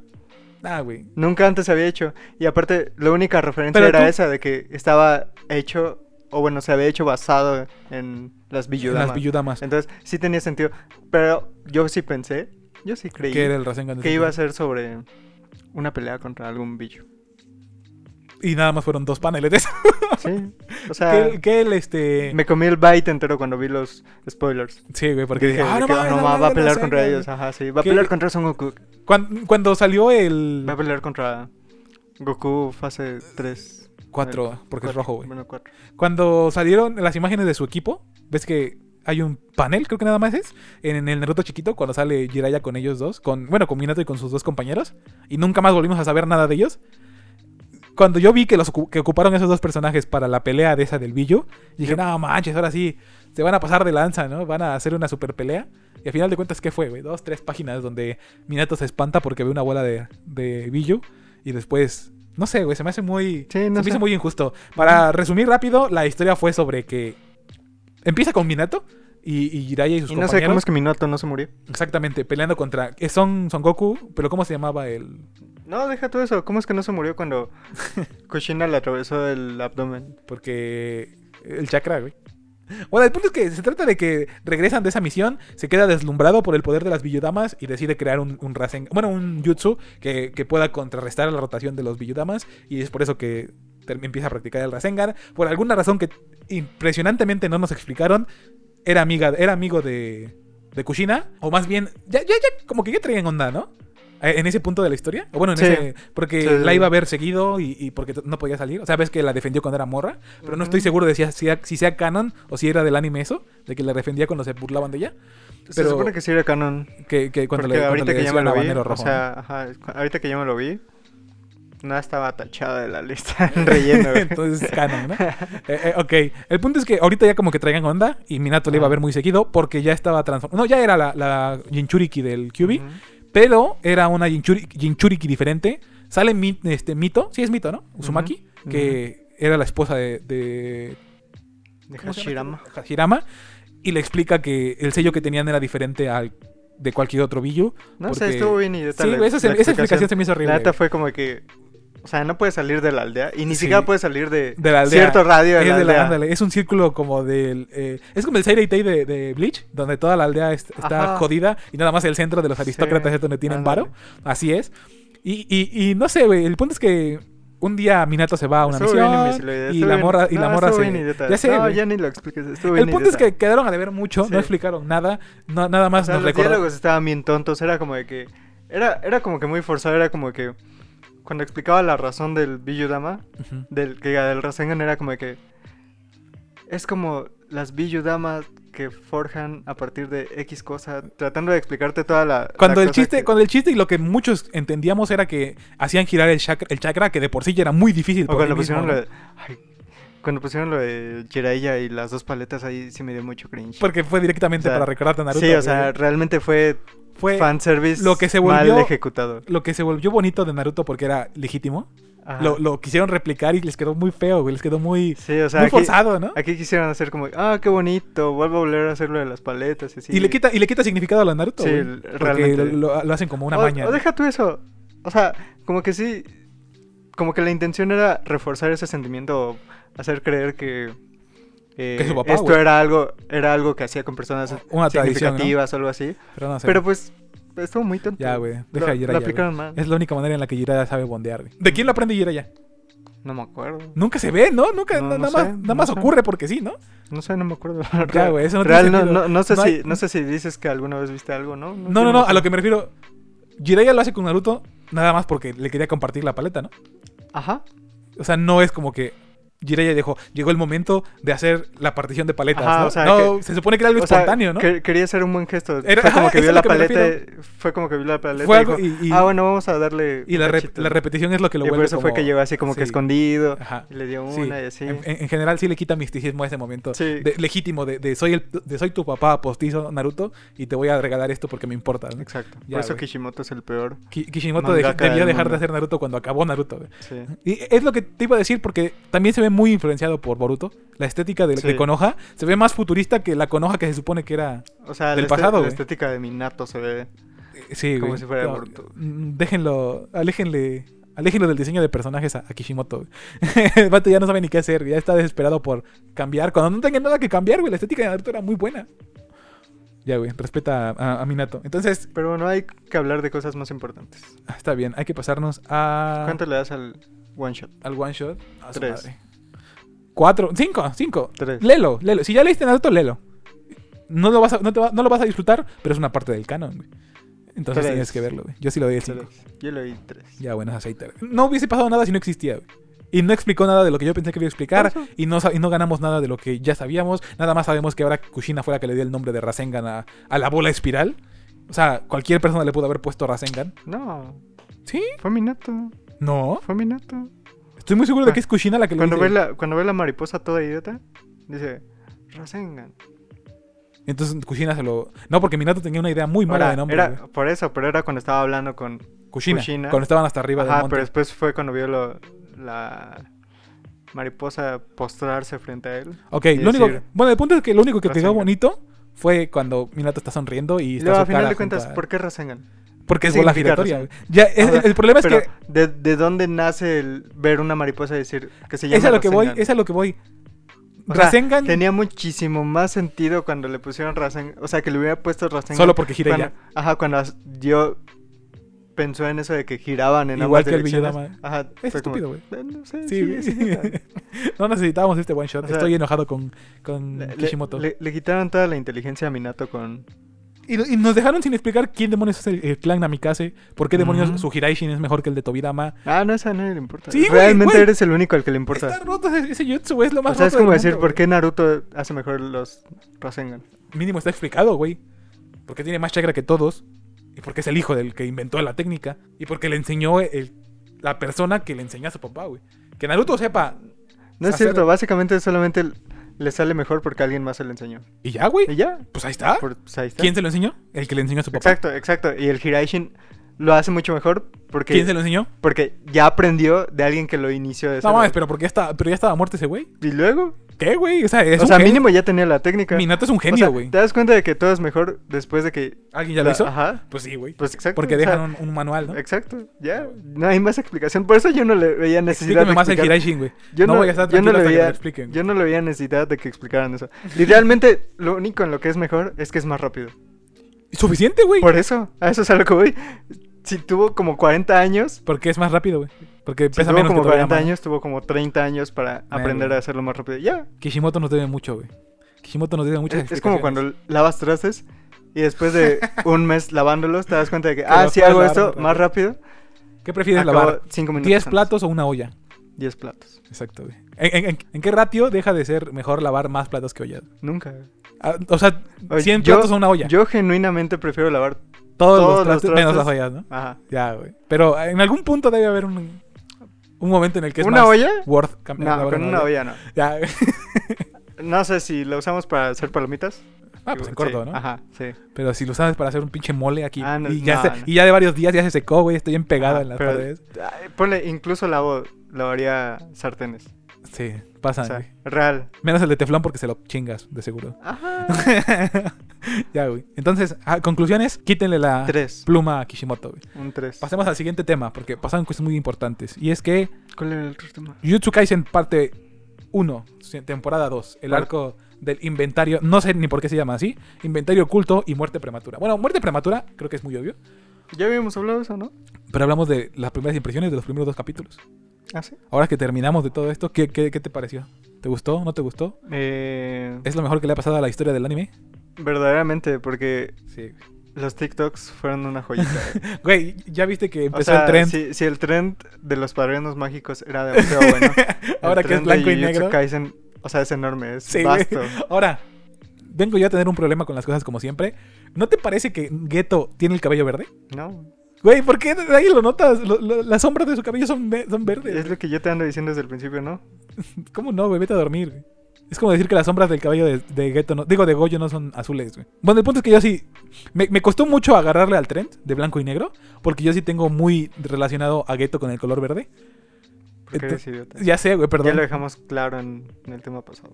[SPEAKER 1] Ah, güey.
[SPEAKER 2] Nunca antes se había hecho. Y aparte, la única referencia
[SPEAKER 1] Pero
[SPEAKER 2] era
[SPEAKER 1] tú-
[SPEAKER 2] esa de que estaba hecho, o bueno, se había hecho basado en las Biyudama.
[SPEAKER 1] Las Biyudamas.
[SPEAKER 2] Entonces, sí tenía sentido. Pero yo sí pensé, yo sí creí
[SPEAKER 1] que era el Rasengan de
[SPEAKER 2] que iba a
[SPEAKER 1] Sengoku.
[SPEAKER 2] ser sobre una pelea contra algún billo.
[SPEAKER 1] Y nada más fueron dos paneles de eso.
[SPEAKER 2] Sí. O
[SPEAKER 1] que,
[SPEAKER 2] sea,
[SPEAKER 1] el- que el este.
[SPEAKER 2] Ah. me comí el bite entero cuando vi los spoilers.
[SPEAKER 1] Sí, güey, porque
[SPEAKER 2] Dije,
[SPEAKER 1] dije, ah, no,
[SPEAKER 2] que,
[SPEAKER 1] mames,
[SPEAKER 2] "Ah, no,
[SPEAKER 1] no
[SPEAKER 2] ma, va a
[SPEAKER 1] mames,
[SPEAKER 2] pelear
[SPEAKER 1] Rasengan".
[SPEAKER 2] contra ellos. Ajá, sí. Va a
[SPEAKER 1] Que-
[SPEAKER 2] pelear contra Son Goku.
[SPEAKER 1] Cuan- Cuando, salió el
[SPEAKER 2] Va a pelear contra Goku fase 3.
[SPEAKER 1] 4, porque es rojo, güey.
[SPEAKER 2] Bueno, 4.
[SPEAKER 1] Cuando salieron las imágenes de su equipo, ves que hay un panel, creo que nada más es, en el Naruto chiquito, cuando sale Jiraiya con ellos dos, con, bueno, con Minato y con sus dos compañeros, y nunca más volvimos a saber nada de ellos. Cuando yo vi que los ocu- que ocuparon esos dos personajes para la pelea de esa del Billo, dije, no manches, ahora sí, se van a pasar de lanza, ¿no? Van a hacer una super pelea. Y al final de cuentas, ¿qué fue, güey? Dos, tres páginas donde Minato se espanta porque ve una bola de, de Billo y después, no sé, güey, se me hace muy...
[SPEAKER 2] Sí,
[SPEAKER 1] se me
[SPEAKER 2] no
[SPEAKER 1] hizo
[SPEAKER 2] sé.
[SPEAKER 1] muy injusto. Para resumir rápido, la historia fue sobre que empieza con Minato y, y Jiraiya y sus
[SPEAKER 2] Y no
[SPEAKER 1] compañeros.
[SPEAKER 2] sé cómo es que Minato no se murió.
[SPEAKER 1] Exactamente, peleando contra eh, Son, Son Goku, pero ¿cómo se llamaba él?
[SPEAKER 2] No, deja todo eso. ¿Cómo es que no se murió cuando Kushina le atravesó el abdomen?
[SPEAKER 1] Porque el chakra, güey. Bueno, el punto es que se trata de que regresan de esa misión, se queda deslumbrado por el poder de las Villudamas y decide crear un, un Rasen- bueno, un Jutsu que, que pueda contrarrestar la rotación de los Villudamas y es por eso que ter- empieza a practicar el Rasengan. Por alguna razón que impresionantemente no nos explicaron, era, amiga, era amigo de, de Kushina, o más bien, ya, ya, ya, como que ya traían onda, ¿no? Eh, En ese punto de la historia, o bueno, en
[SPEAKER 2] Sí.
[SPEAKER 1] ese, porque
[SPEAKER 2] Sí, sí,
[SPEAKER 1] la
[SPEAKER 2] sí.
[SPEAKER 1] iba a haber seguido y, y porque t- no podía salir. O sea, ves que la defendió cuando era morra, pero no estoy
[SPEAKER 2] Ujú.
[SPEAKER 1] seguro de si, si, si sea canon o si era del anime eso, de que la defendía cuando se burlaban de ella.
[SPEAKER 2] Se
[SPEAKER 1] Pero-
[SPEAKER 2] supone que sí era canon.
[SPEAKER 1] Que, que cuando
[SPEAKER 2] porque
[SPEAKER 1] le, cuando
[SPEAKER 2] ahorita
[SPEAKER 1] le
[SPEAKER 2] que ya me
[SPEAKER 1] decían
[SPEAKER 2] lo vi.
[SPEAKER 1] habanero
[SPEAKER 2] O
[SPEAKER 1] rojo.
[SPEAKER 2] sea, ajá, cu- ahorita que ya me lo vi. Nada estaba tachado de la lista en relleno. güey.
[SPEAKER 1] Entonces, canon, ¿no? Eh, eh, ok, el punto es que ahorita ya como que traigan onda y Minato le iba a ver muy seguido porque ya estaba transformado. No, ya era la, la Jinchuriki del Kyubi,
[SPEAKER 2] Ujú.
[SPEAKER 1] pero era una Jinchuri- Jinchuriki diferente. Sale Mi- este, Mito, sí es Mito, ¿no? Uzumaki,
[SPEAKER 2] Ujú.
[SPEAKER 1] que era la esposa de- de
[SPEAKER 2] De
[SPEAKER 1] ¿cómo se llama?
[SPEAKER 2] Hashirama.
[SPEAKER 1] Hashirama. Y le explica que el sello que tenían era diferente al de cualquier otro billo.
[SPEAKER 2] No sé,
[SPEAKER 1] porque-
[SPEAKER 2] estuvo bien idiota.
[SPEAKER 1] Sí,
[SPEAKER 2] la-
[SPEAKER 1] güey, esa, se-
[SPEAKER 2] la
[SPEAKER 1] esa explicación se me hizo horrible.
[SPEAKER 2] La neta
[SPEAKER 1] güey.
[SPEAKER 2] fue como que. O sea, no puedes salir de la aldea. Y ni
[SPEAKER 1] Sí.
[SPEAKER 2] siquiera puedes salir de,
[SPEAKER 1] De la aldea.
[SPEAKER 2] cierto radio de
[SPEAKER 1] es,
[SPEAKER 2] la
[SPEAKER 1] de la-
[SPEAKER 2] aldea.
[SPEAKER 1] ándale, es un círculo como del. eh, es como el Sairei Tei de, de Bleach, donde toda la aldea est- está
[SPEAKER 2] Ajá.
[SPEAKER 1] jodida y nada más el centro de los aristócratas
[SPEAKER 2] Sí,
[SPEAKER 1] es donde tienen
[SPEAKER 2] ándale.
[SPEAKER 1] varo. Así es. Y, y- y no sé, güey. El punto es que un día Minato se va a una
[SPEAKER 2] Estuvo bien
[SPEAKER 1] misión
[SPEAKER 2] imbécil,
[SPEAKER 1] y
[SPEAKER 2] estuvo
[SPEAKER 1] la
[SPEAKER 2] bien-
[SPEAKER 1] morra, y la
[SPEAKER 2] no,
[SPEAKER 1] morra
[SPEAKER 2] estuvo
[SPEAKER 1] se.
[SPEAKER 2] bien idiota.
[SPEAKER 1] Ya sé,
[SPEAKER 2] No,
[SPEAKER 1] güey.
[SPEAKER 2] ya ni lo expliques. Estuvo
[SPEAKER 1] El
[SPEAKER 2] bien
[SPEAKER 1] punto es
[SPEAKER 2] idiota.
[SPEAKER 1] que quedaron a deber mucho,
[SPEAKER 2] Sí.
[SPEAKER 1] no explicaron nada, no, nada
[SPEAKER 2] O
[SPEAKER 1] más
[SPEAKER 2] sea,
[SPEAKER 1] nos
[SPEAKER 2] los
[SPEAKER 1] recordaron.
[SPEAKER 2] diálogos estaban bien tontos. Era como de que. Era, era como que muy forzado. Era como que. Cuando explicaba la razón del Biyudama,
[SPEAKER 1] Ujú.
[SPEAKER 2] del que del Rasengan, era como de que. Es como las Biyudamas que forjan a partir de X cosa, tratando de explicarte toda la. la
[SPEAKER 1] Cuando el
[SPEAKER 2] cosa
[SPEAKER 1] chiste,
[SPEAKER 2] que-
[SPEAKER 1] cuando el chiste y lo que muchos entendíamos era que hacían girar el chakra, el chakra que de por sí ya era muy difícil
[SPEAKER 2] O
[SPEAKER 1] por
[SPEAKER 2] cuando
[SPEAKER 1] sí mismo,
[SPEAKER 2] pusieron
[SPEAKER 1] ¿no?
[SPEAKER 2] lo de, "Ay, Cuando pusieron lo de Jiraiya y las dos paletas ahí sí me dio mucho cringe.
[SPEAKER 1] Porque fue directamente
[SPEAKER 2] O sea,
[SPEAKER 1] para recordarte a Pues, Naruto.
[SPEAKER 2] sí, o
[SPEAKER 1] güey.
[SPEAKER 2] sea, realmente fue,
[SPEAKER 1] fue
[SPEAKER 2] fanservice
[SPEAKER 1] lo que se volvió-
[SPEAKER 2] mal ejecutado.
[SPEAKER 1] lo que se volvió bonito de Naruto porque era legítimo.
[SPEAKER 2] Ajá.
[SPEAKER 1] Lo, lo quisieron replicar y les quedó muy feo, güey. Les quedó muy,
[SPEAKER 2] sí, o sea,
[SPEAKER 1] muy
[SPEAKER 2] aquí,
[SPEAKER 1] forzado, ¿no?
[SPEAKER 2] aquí quisieron hacer como, ah, qué bonito, vuelvo a volver a hacer lo de las paletas y así.
[SPEAKER 1] Y le quita, y le quita significado a la Naruto,
[SPEAKER 2] Sí,
[SPEAKER 1] güey,
[SPEAKER 2] l-
[SPEAKER 1] Porque
[SPEAKER 2] realmente.
[SPEAKER 1] lo, lo hacen como una
[SPEAKER 2] O-
[SPEAKER 1] maña.
[SPEAKER 2] O, deja tú eso. O sea, como que sí. Como que la intención era reforzar ese sentimiento, hacer creer que. eh,
[SPEAKER 1] Que su papá,
[SPEAKER 2] esto
[SPEAKER 1] güey.
[SPEAKER 2] era algo, era algo que hacía con personas
[SPEAKER 1] Una tradición, ¿no?
[SPEAKER 2] significativas o algo así.
[SPEAKER 1] Pero no sé.
[SPEAKER 2] Pero pues, estuvo muy tonto.
[SPEAKER 1] ya, güey. Deja
[SPEAKER 2] Lo-
[SPEAKER 1] a Jiraiya,
[SPEAKER 2] Lo
[SPEAKER 1] güey.
[SPEAKER 2] aplicaron mal.
[SPEAKER 1] Es la única manera en la que Jiraiya sabe bondear. güey. ¿De quién lo aprende Jiraiya?
[SPEAKER 2] No me acuerdo.
[SPEAKER 1] Nunca se ve, ¿no? Nunca,
[SPEAKER 2] No,
[SPEAKER 1] na-
[SPEAKER 2] no
[SPEAKER 1] nada
[SPEAKER 2] sé,
[SPEAKER 1] más, nada
[SPEAKER 2] no
[SPEAKER 1] más
[SPEAKER 2] sé.
[SPEAKER 1] ocurre porque sí, ¿no?
[SPEAKER 2] No sé, no me acuerdo.
[SPEAKER 1] Ya, güey, eso no tiene
[SPEAKER 2] Real, no,
[SPEAKER 1] sentido.
[SPEAKER 2] no, no sé
[SPEAKER 1] No
[SPEAKER 2] si,
[SPEAKER 1] hay-
[SPEAKER 2] no sé si dices que alguna vez viste algo, ¿no?
[SPEAKER 1] No, no, no, a lo que me refiero. Jiraiya lo hace con Naruto nada más porque le quería compartir la paleta, ¿no?
[SPEAKER 2] Ajá.
[SPEAKER 1] O sea, no es como que Jiraiya dijo, llegó el momento de hacer la partición de paletas.
[SPEAKER 2] Ajá,
[SPEAKER 1] ¿no?
[SPEAKER 2] o sea,
[SPEAKER 1] No, se supone que era algo
[SPEAKER 2] O sea,
[SPEAKER 1] espontáneo, ¿no?
[SPEAKER 2] que- quería hacer un buen gesto.
[SPEAKER 1] Era-
[SPEAKER 2] fue
[SPEAKER 1] ajá,
[SPEAKER 2] como que
[SPEAKER 1] eso
[SPEAKER 2] vio
[SPEAKER 1] es
[SPEAKER 2] la
[SPEAKER 1] lo que me
[SPEAKER 2] paleta. Fue como que vio la paleta.
[SPEAKER 1] Fue
[SPEAKER 2] y
[SPEAKER 1] algo-
[SPEAKER 2] dijo,
[SPEAKER 1] y- y-
[SPEAKER 2] ah, bueno, vamos a darle.
[SPEAKER 1] y
[SPEAKER 2] un
[SPEAKER 1] la, rep-
[SPEAKER 2] cachito".
[SPEAKER 1] la repetición es lo que lo
[SPEAKER 2] y por
[SPEAKER 1] vuelve
[SPEAKER 2] eso fue que
[SPEAKER 1] como-
[SPEAKER 2] llegó así como que
[SPEAKER 1] sí.
[SPEAKER 2] escondido.
[SPEAKER 1] Ajá.
[SPEAKER 2] Y le dio
[SPEAKER 1] Sí,
[SPEAKER 2] una y así.
[SPEAKER 1] En, en- en general sí le quita misticismo a ese momento
[SPEAKER 2] Sí.
[SPEAKER 1] de- legítimo de, de soy el, de soy tu papá postizo Naruto y te voy a regalar esto porque me importa. ¿no?
[SPEAKER 2] Exacto.
[SPEAKER 1] Ya,
[SPEAKER 2] por eso
[SPEAKER 1] güey.
[SPEAKER 2] Kishimoto es el peor.
[SPEAKER 1] Ki- Kishimoto dej-
[SPEAKER 2] Mangaka
[SPEAKER 1] debió
[SPEAKER 2] del
[SPEAKER 1] dejar de
[SPEAKER 2] mundo.
[SPEAKER 1] hacer Naruto cuando acabó Naruto. güey.
[SPEAKER 2] Sí.
[SPEAKER 1] Y es lo que te iba a decir porque también se ve muy influenciado por Boruto. La estética de, de
[SPEAKER 2] Sí.
[SPEAKER 1] Konoha se ve más futurista que la Konoha que se supone que era...
[SPEAKER 2] O sea,
[SPEAKER 1] Del
[SPEAKER 2] la, este-
[SPEAKER 1] pasado,
[SPEAKER 2] la
[SPEAKER 1] güey.
[SPEAKER 2] estética de Minato se ve.
[SPEAKER 1] eh, Sí,
[SPEAKER 2] Como
[SPEAKER 1] güey.
[SPEAKER 2] si fuera
[SPEAKER 1] No,
[SPEAKER 2] Boruto.
[SPEAKER 1] mm, Déjenlo, aléjenle... Aléjenlo del diseño de personajes a, a Kishimoto. güey. El vato ya no sabe ni qué hacer, ya está desesperado por cambiar. Cuando no tenga nada que cambiar, güey, la estética de Naruto era muy buena. Ya, güey, respeta a- a, a Minato. Entonces,
[SPEAKER 2] Pero bueno, hay que hablar de cosas más importantes.
[SPEAKER 1] ah, está bien, hay que pasarnos a...
[SPEAKER 2] ¿Cuánto le das al one shot?
[SPEAKER 1] Al one shot. A su
[SPEAKER 2] Tres.
[SPEAKER 1] madre. Cuatro, cinco, cinco.
[SPEAKER 2] Tres.
[SPEAKER 1] Lelo, lelo. Si ya leíste Naruto, lelo. No lo vas a, no te va- no lo vas a disfrutar, pero es una parte del canon, güey. Entonces
[SPEAKER 2] Tres.
[SPEAKER 1] tienes que verlo, güey. Yo sí lo doy el cinco.
[SPEAKER 2] Tres. Yo le di tres.
[SPEAKER 1] Ya, bueno, es aceite. güey. No hubiese pasado nada si no existía, güey. Y no explicó nada de lo que yo pensé que iba a explicar.
[SPEAKER 2] Por eso.
[SPEAKER 1] Y no, sa- y no ganamos nada de lo que ya sabíamos. Nada más sabemos que ahora Kushina fue la que le dio el nombre de Rasengan a, a la bola espiral. O sea, cualquier persona le pudo haber puesto Rasengan.
[SPEAKER 2] No,
[SPEAKER 1] ¿Sí?
[SPEAKER 2] fue Minato.
[SPEAKER 1] No.
[SPEAKER 2] Fue Minato.
[SPEAKER 1] Estoy muy seguro de que es Kushina la que lo
[SPEAKER 2] Cuando
[SPEAKER 1] dice.
[SPEAKER 2] ve, la, cuando ve la mariposa toda idiota, dice Rasengan.
[SPEAKER 1] Entonces Kushina se lo. No, porque Minato tenía una idea muy mala
[SPEAKER 2] Ahora,
[SPEAKER 1] de nombre.
[SPEAKER 2] era
[SPEAKER 1] güey.
[SPEAKER 2] por eso, pero era cuando estaba hablando con.
[SPEAKER 1] Kushina,
[SPEAKER 2] Kushina.
[SPEAKER 1] Cuando estaban hasta arriba del
[SPEAKER 2] Ajá,
[SPEAKER 1] monte.
[SPEAKER 2] pero después fue cuando vio lo- la mariposa postrarse frente a él.
[SPEAKER 1] Ok,
[SPEAKER 2] y
[SPEAKER 1] lo único.
[SPEAKER 2] decir-
[SPEAKER 1] Bueno, el punto es que lo único que quedó
[SPEAKER 2] Rasengan.
[SPEAKER 1] bonito fue cuando Minato está sonriendo y
[SPEAKER 2] Y
[SPEAKER 1] está
[SPEAKER 2] luego,
[SPEAKER 1] su
[SPEAKER 2] a final
[SPEAKER 1] cara eh.
[SPEAKER 2] de cuentas,
[SPEAKER 1] junto a-
[SPEAKER 2] ¿por qué Rasengan?
[SPEAKER 1] Porque es
[SPEAKER 2] ¿qué
[SPEAKER 1] bola
[SPEAKER 2] significa
[SPEAKER 1] giratoria.
[SPEAKER 2] Rasengan?
[SPEAKER 1] güey. Ya, es-
[SPEAKER 2] Ajá,
[SPEAKER 1] el problema es
[SPEAKER 2] pero
[SPEAKER 1] que.
[SPEAKER 2] ¿de, de dónde nace el ver una mariposa y decir que se llama
[SPEAKER 1] Es a lo que voy,
[SPEAKER 2] Rasengan?
[SPEAKER 1] es a lo que voy.
[SPEAKER 2] O sea,
[SPEAKER 1] Rasengan.
[SPEAKER 2] Tenía muchísimo más sentido cuando le pusieron Rasengan. O sea, que le hubiera puesto Rasengan.
[SPEAKER 1] Solo porque gira
[SPEAKER 2] Cuando- Ajá, cuando as- yo pensó en eso de que giraban en
[SPEAKER 1] Igual
[SPEAKER 2] ambas
[SPEAKER 1] que el
[SPEAKER 2] direcciones.
[SPEAKER 1] Villodama.
[SPEAKER 2] Ajá.
[SPEAKER 1] Es
[SPEAKER 2] fue como,
[SPEAKER 1] estúpido, güey.
[SPEAKER 2] "Eh, No sé,
[SPEAKER 1] Sí, güey.
[SPEAKER 2] sí, sí,
[SPEAKER 1] no necesitábamos este one shot.
[SPEAKER 2] O sea,
[SPEAKER 1] Estoy enojado con, con
[SPEAKER 2] Le,
[SPEAKER 1] Mm, Kishimoto.
[SPEAKER 2] le- le quitaron toda la inteligencia a Minato con...
[SPEAKER 1] Y, y nos dejaron sin explicar quién demonios es el, el clan Namikaze. ¿Por qué demonios
[SPEAKER 2] Ujú.
[SPEAKER 1] su Hiraishin es mejor que el de Tobirama?
[SPEAKER 2] Ah, no, esa a nadie le importa.
[SPEAKER 1] Sí, güey,
[SPEAKER 2] Realmente
[SPEAKER 1] güey.
[SPEAKER 2] eres el único al que le importa.
[SPEAKER 1] Está roto ese, ese jutsu, güey, es lo más
[SPEAKER 2] o sea, es
[SPEAKER 1] roto del
[SPEAKER 2] como decir,
[SPEAKER 1] mundo,
[SPEAKER 2] ¿por qué Naruto hace mejor los Rasengan?
[SPEAKER 1] güey. Mínimo está explicado, güey. Porque tiene más chakra que todos. Y porque es el hijo del que inventó la técnica. Y porque le enseñó el- la persona que le enseñó a su papá, güey. Que Naruto sepa.
[SPEAKER 2] No es
[SPEAKER 1] Hacer-
[SPEAKER 2] cierto, básicamente solamente l- le sale mejor porque alguien más se lo enseñó.
[SPEAKER 1] Y ya, güey.
[SPEAKER 2] Y ya,
[SPEAKER 1] Pues ahí está.
[SPEAKER 2] por- pues ahí está.
[SPEAKER 1] ¿Quién se lo enseñó? El que le enseñó a su papá.
[SPEAKER 2] Exacto, exacto. Y el Hiraishin lo hace mucho mejor porque,
[SPEAKER 1] ¿Quién se lo enseñó?
[SPEAKER 2] porque ya aprendió de alguien que lo inició. De
[SPEAKER 1] No
[SPEAKER 2] cero.
[SPEAKER 1] mames, pero ¿por qué está, pero ya estaba muerto ese güey?
[SPEAKER 2] Y luego,
[SPEAKER 1] ¿Qué, güey? O sea, es
[SPEAKER 2] o
[SPEAKER 1] un
[SPEAKER 2] sea,
[SPEAKER 1] genio.
[SPEAKER 2] mínimo ya tenía la técnica.
[SPEAKER 1] Minato es un
[SPEAKER 2] O sea,
[SPEAKER 1] genio, güey.
[SPEAKER 2] ¿Te das cuenta de que todo es mejor después de que...
[SPEAKER 1] ¿Alguien ya
[SPEAKER 2] la-
[SPEAKER 1] lo hizo?
[SPEAKER 2] Ajá.
[SPEAKER 1] Pues sí, güey.
[SPEAKER 2] Pues exacto.
[SPEAKER 1] Porque
[SPEAKER 2] o sea,
[SPEAKER 1] dejan un, un manual, ¿no?
[SPEAKER 2] Exacto, ya. No hay más explicación. Por eso yo no le veía necesidad
[SPEAKER 1] Explíqueme más
[SPEAKER 2] de
[SPEAKER 1] el
[SPEAKER 2] explicar.
[SPEAKER 1] Hiraishin, güey.
[SPEAKER 2] Yo
[SPEAKER 1] no,
[SPEAKER 2] no-
[SPEAKER 1] voy a estar
[SPEAKER 2] yo
[SPEAKER 1] tranquilo
[SPEAKER 2] no le
[SPEAKER 1] hasta que me
[SPEAKER 2] veía-
[SPEAKER 1] lo expliquen. güey.
[SPEAKER 2] Yo no le veía necesidad de que explicaran eso. Y realmente lo único en lo que es mejor es que es más rápido.
[SPEAKER 1] Suficiente, güey.
[SPEAKER 2] Por eso, a eso es a lo que voy. Si tuvo como 40 años,
[SPEAKER 1] Porque es más rápido, güey. Porque
[SPEAKER 2] si
[SPEAKER 1] pesa
[SPEAKER 2] tuvo
[SPEAKER 1] Pues menos
[SPEAKER 2] como
[SPEAKER 1] que Toriyama,
[SPEAKER 2] 40
[SPEAKER 1] ¿no?
[SPEAKER 2] años, tuvo como 30 años para aprender
[SPEAKER 1] güey.
[SPEAKER 2] a hacerlo más rápido. Ya.
[SPEAKER 1] Kishimoto nos debe mucho, güey. Kishimoto nos debe muchas
[SPEAKER 2] Es, es como
[SPEAKER 1] explicaciones.
[SPEAKER 2] cuando lavas trastes y después de un mes lavándolos te das cuenta de que, ah,
[SPEAKER 1] los
[SPEAKER 2] si
[SPEAKER 1] puedes
[SPEAKER 2] hago
[SPEAKER 1] lavar
[SPEAKER 2] esto
[SPEAKER 1] más
[SPEAKER 2] más rápido,
[SPEAKER 1] ¿Qué prefieres
[SPEAKER 2] acabo
[SPEAKER 1] lavar?
[SPEAKER 2] cinco minutos.
[SPEAKER 1] ¿10
[SPEAKER 2] antes.
[SPEAKER 1] platos o una olla?
[SPEAKER 2] 10 platos.
[SPEAKER 1] Exacto, güey. ¿En, en- en- en qué ratio deja de ser mejor lavar más platos que ollas?
[SPEAKER 2] Nunca.
[SPEAKER 1] Ah, O sea,
[SPEAKER 2] Oye,
[SPEAKER 1] 100
[SPEAKER 2] yo-
[SPEAKER 1] platos o una olla.
[SPEAKER 2] Yo genuinamente prefiero lavar.
[SPEAKER 1] todos,
[SPEAKER 2] todos
[SPEAKER 1] los
[SPEAKER 2] los
[SPEAKER 1] platos, menos las
[SPEAKER 2] trastes.
[SPEAKER 1] ollas, ¿no?
[SPEAKER 2] Ajá.
[SPEAKER 1] Ya, güey. Pero en algún punto debe haber un, un momento en el que es
[SPEAKER 2] ¿Una
[SPEAKER 1] más
[SPEAKER 2] olla?
[SPEAKER 1] worth cambiar la
[SPEAKER 2] No,
[SPEAKER 1] hora
[SPEAKER 2] con
[SPEAKER 1] en
[SPEAKER 2] una olla no.
[SPEAKER 1] Ya.
[SPEAKER 2] No sé si la usamos para hacer palomitas.
[SPEAKER 1] ah, pues en
[SPEAKER 2] Sí,
[SPEAKER 1] corto, ¿no?
[SPEAKER 2] Ajá, sí.
[SPEAKER 1] Pero si lo usas para hacer un pinche mole aquí.
[SPEAKER 2] Ah, no,
[SPEAKER 1] y, ya
[SPEAKER 2] no,
[SPEAKER 1] se-
[SPEAKER 2] no.
[SPEAKER 1] y ya de varios días ya se secó, güey. Estoy bien pegado
[SPEAKER 2] Ajá,
[SPEAKER 1] en las
[SPEAKER 2] pero-
[SPEAKER 1] paredes.
[SPEAKER 2] Ay, Ponle, incluso lavo, lavaría sartenes.
[SPEAKER 1] Sí,
[SPEAKER 2] O
[SPEAKER 1] pasan.
[SPEAKER 2] sea,
[SPEAKER 1] güey.
[SPEAKER 2] real.
[SPEAKER 1] Menos el de teflón porque se lo chingas, de seguro.
[SPEAKER 2] Ajá.
[SPEAKER 1] Ah. ya, güey. Entonces, ah, conclusiones, quítenle la
[SPEAKER 2] tres.
[SPEAKER 1] pluma a Kishimoto, güey.
[SPEAKER 2] Un tres.
[SPEAKER 1] Pasemos al siguiente tema, porque pasan cosas muy importantes. Y es que
[SPEAKER 2] ¿Cuál era el otro tema?
[SPEAKER 1] Jujutsu Kaisen parte 1, temporada 2, el
[SPEAKER 2] Par-
[SPEAKER 1] arco del inventario, no sé ni por qué se llama así, inventario oculto y muerte prematura. Bueno, muerte prematura creo que es muy obvio,
[SPEAKER 2] Ya habíamos hablado de eso, ¿no?
[SPEAKER 1] pero hablamos de las primeras impresiones de los primeros dos capítulos.
[SPEAKER 2] Ah, sí.
[SPEAKER 1] Ahora que terminamos de todo esto, ¿qué, qué, qué te pareció? ¿Te gustó? ¿No te gustó?
[SPEAKER 2] Eh,
[SPEAKER 1] ¿Es lo mejor que le ha pasado a la historia del anime?
[SPEAKER 2] verdaderamente, porque
[SPEAKER 1] Sí.
[SPEAKER 2] los TikToks fueron una joyita. eh.
[SPEAKER 1] Güey, ya viste que
[SPEAKER 2] o
[SPEAKER 1] empezó
[SPEAKER 2] sea,
[SPEAKER 1] el tren.
[SPEAKER 2] Si, si el trend de los padrinos mágicos era demasiado bueno. el
[SPEAKER 1] Ahora que es
[SPEAKER 2] trend de
[SPEAKER 1] blanco y
[SPEAKER 2] Jujutsu
[SPEAKER 1] negro.
[SPEAKER 2] Kaisen, o sea, es enorme, es
[SPEAKER 1] Sí, güey.
[SPEAKER 2] vasto.
[SPEAKER 1] Ahora, vengo yo a tener un problema con las cosas como siempre. ¿No te parece que Geto tiene el cabello verde?
[SPEAKER 2] No,
[SPEAKER 1] Güey, ¿por qué de ahí lo notas? Lo- lo- las sombras de su cabello son, ve- son verdes.
[SPEAKER 2] es lo que yo te ando diciendo desde el principio, ¿no?
[SPEAKER 1] ¿Cómo no, güey? Vete a dormir. güey. Es como decir que las sombras del cabello de, de Geto, no, digo, de Goyo no son azules, güey. Bueno, el punto es que yo sí, me, me costó mucho agarrarle al trend de blanco y negro, porque yo sí tengo muy relacionado a Geto con el color verde.
[SPEAKER 2] Porque
[SPEAKER 1] Ento-
[SPEAKER 2] eres idiota.
[SPEAKER 1] Ya sé, güey, perdón.
[SPEAKER 2] Ya lo dejamos claro en, en el tema pasado.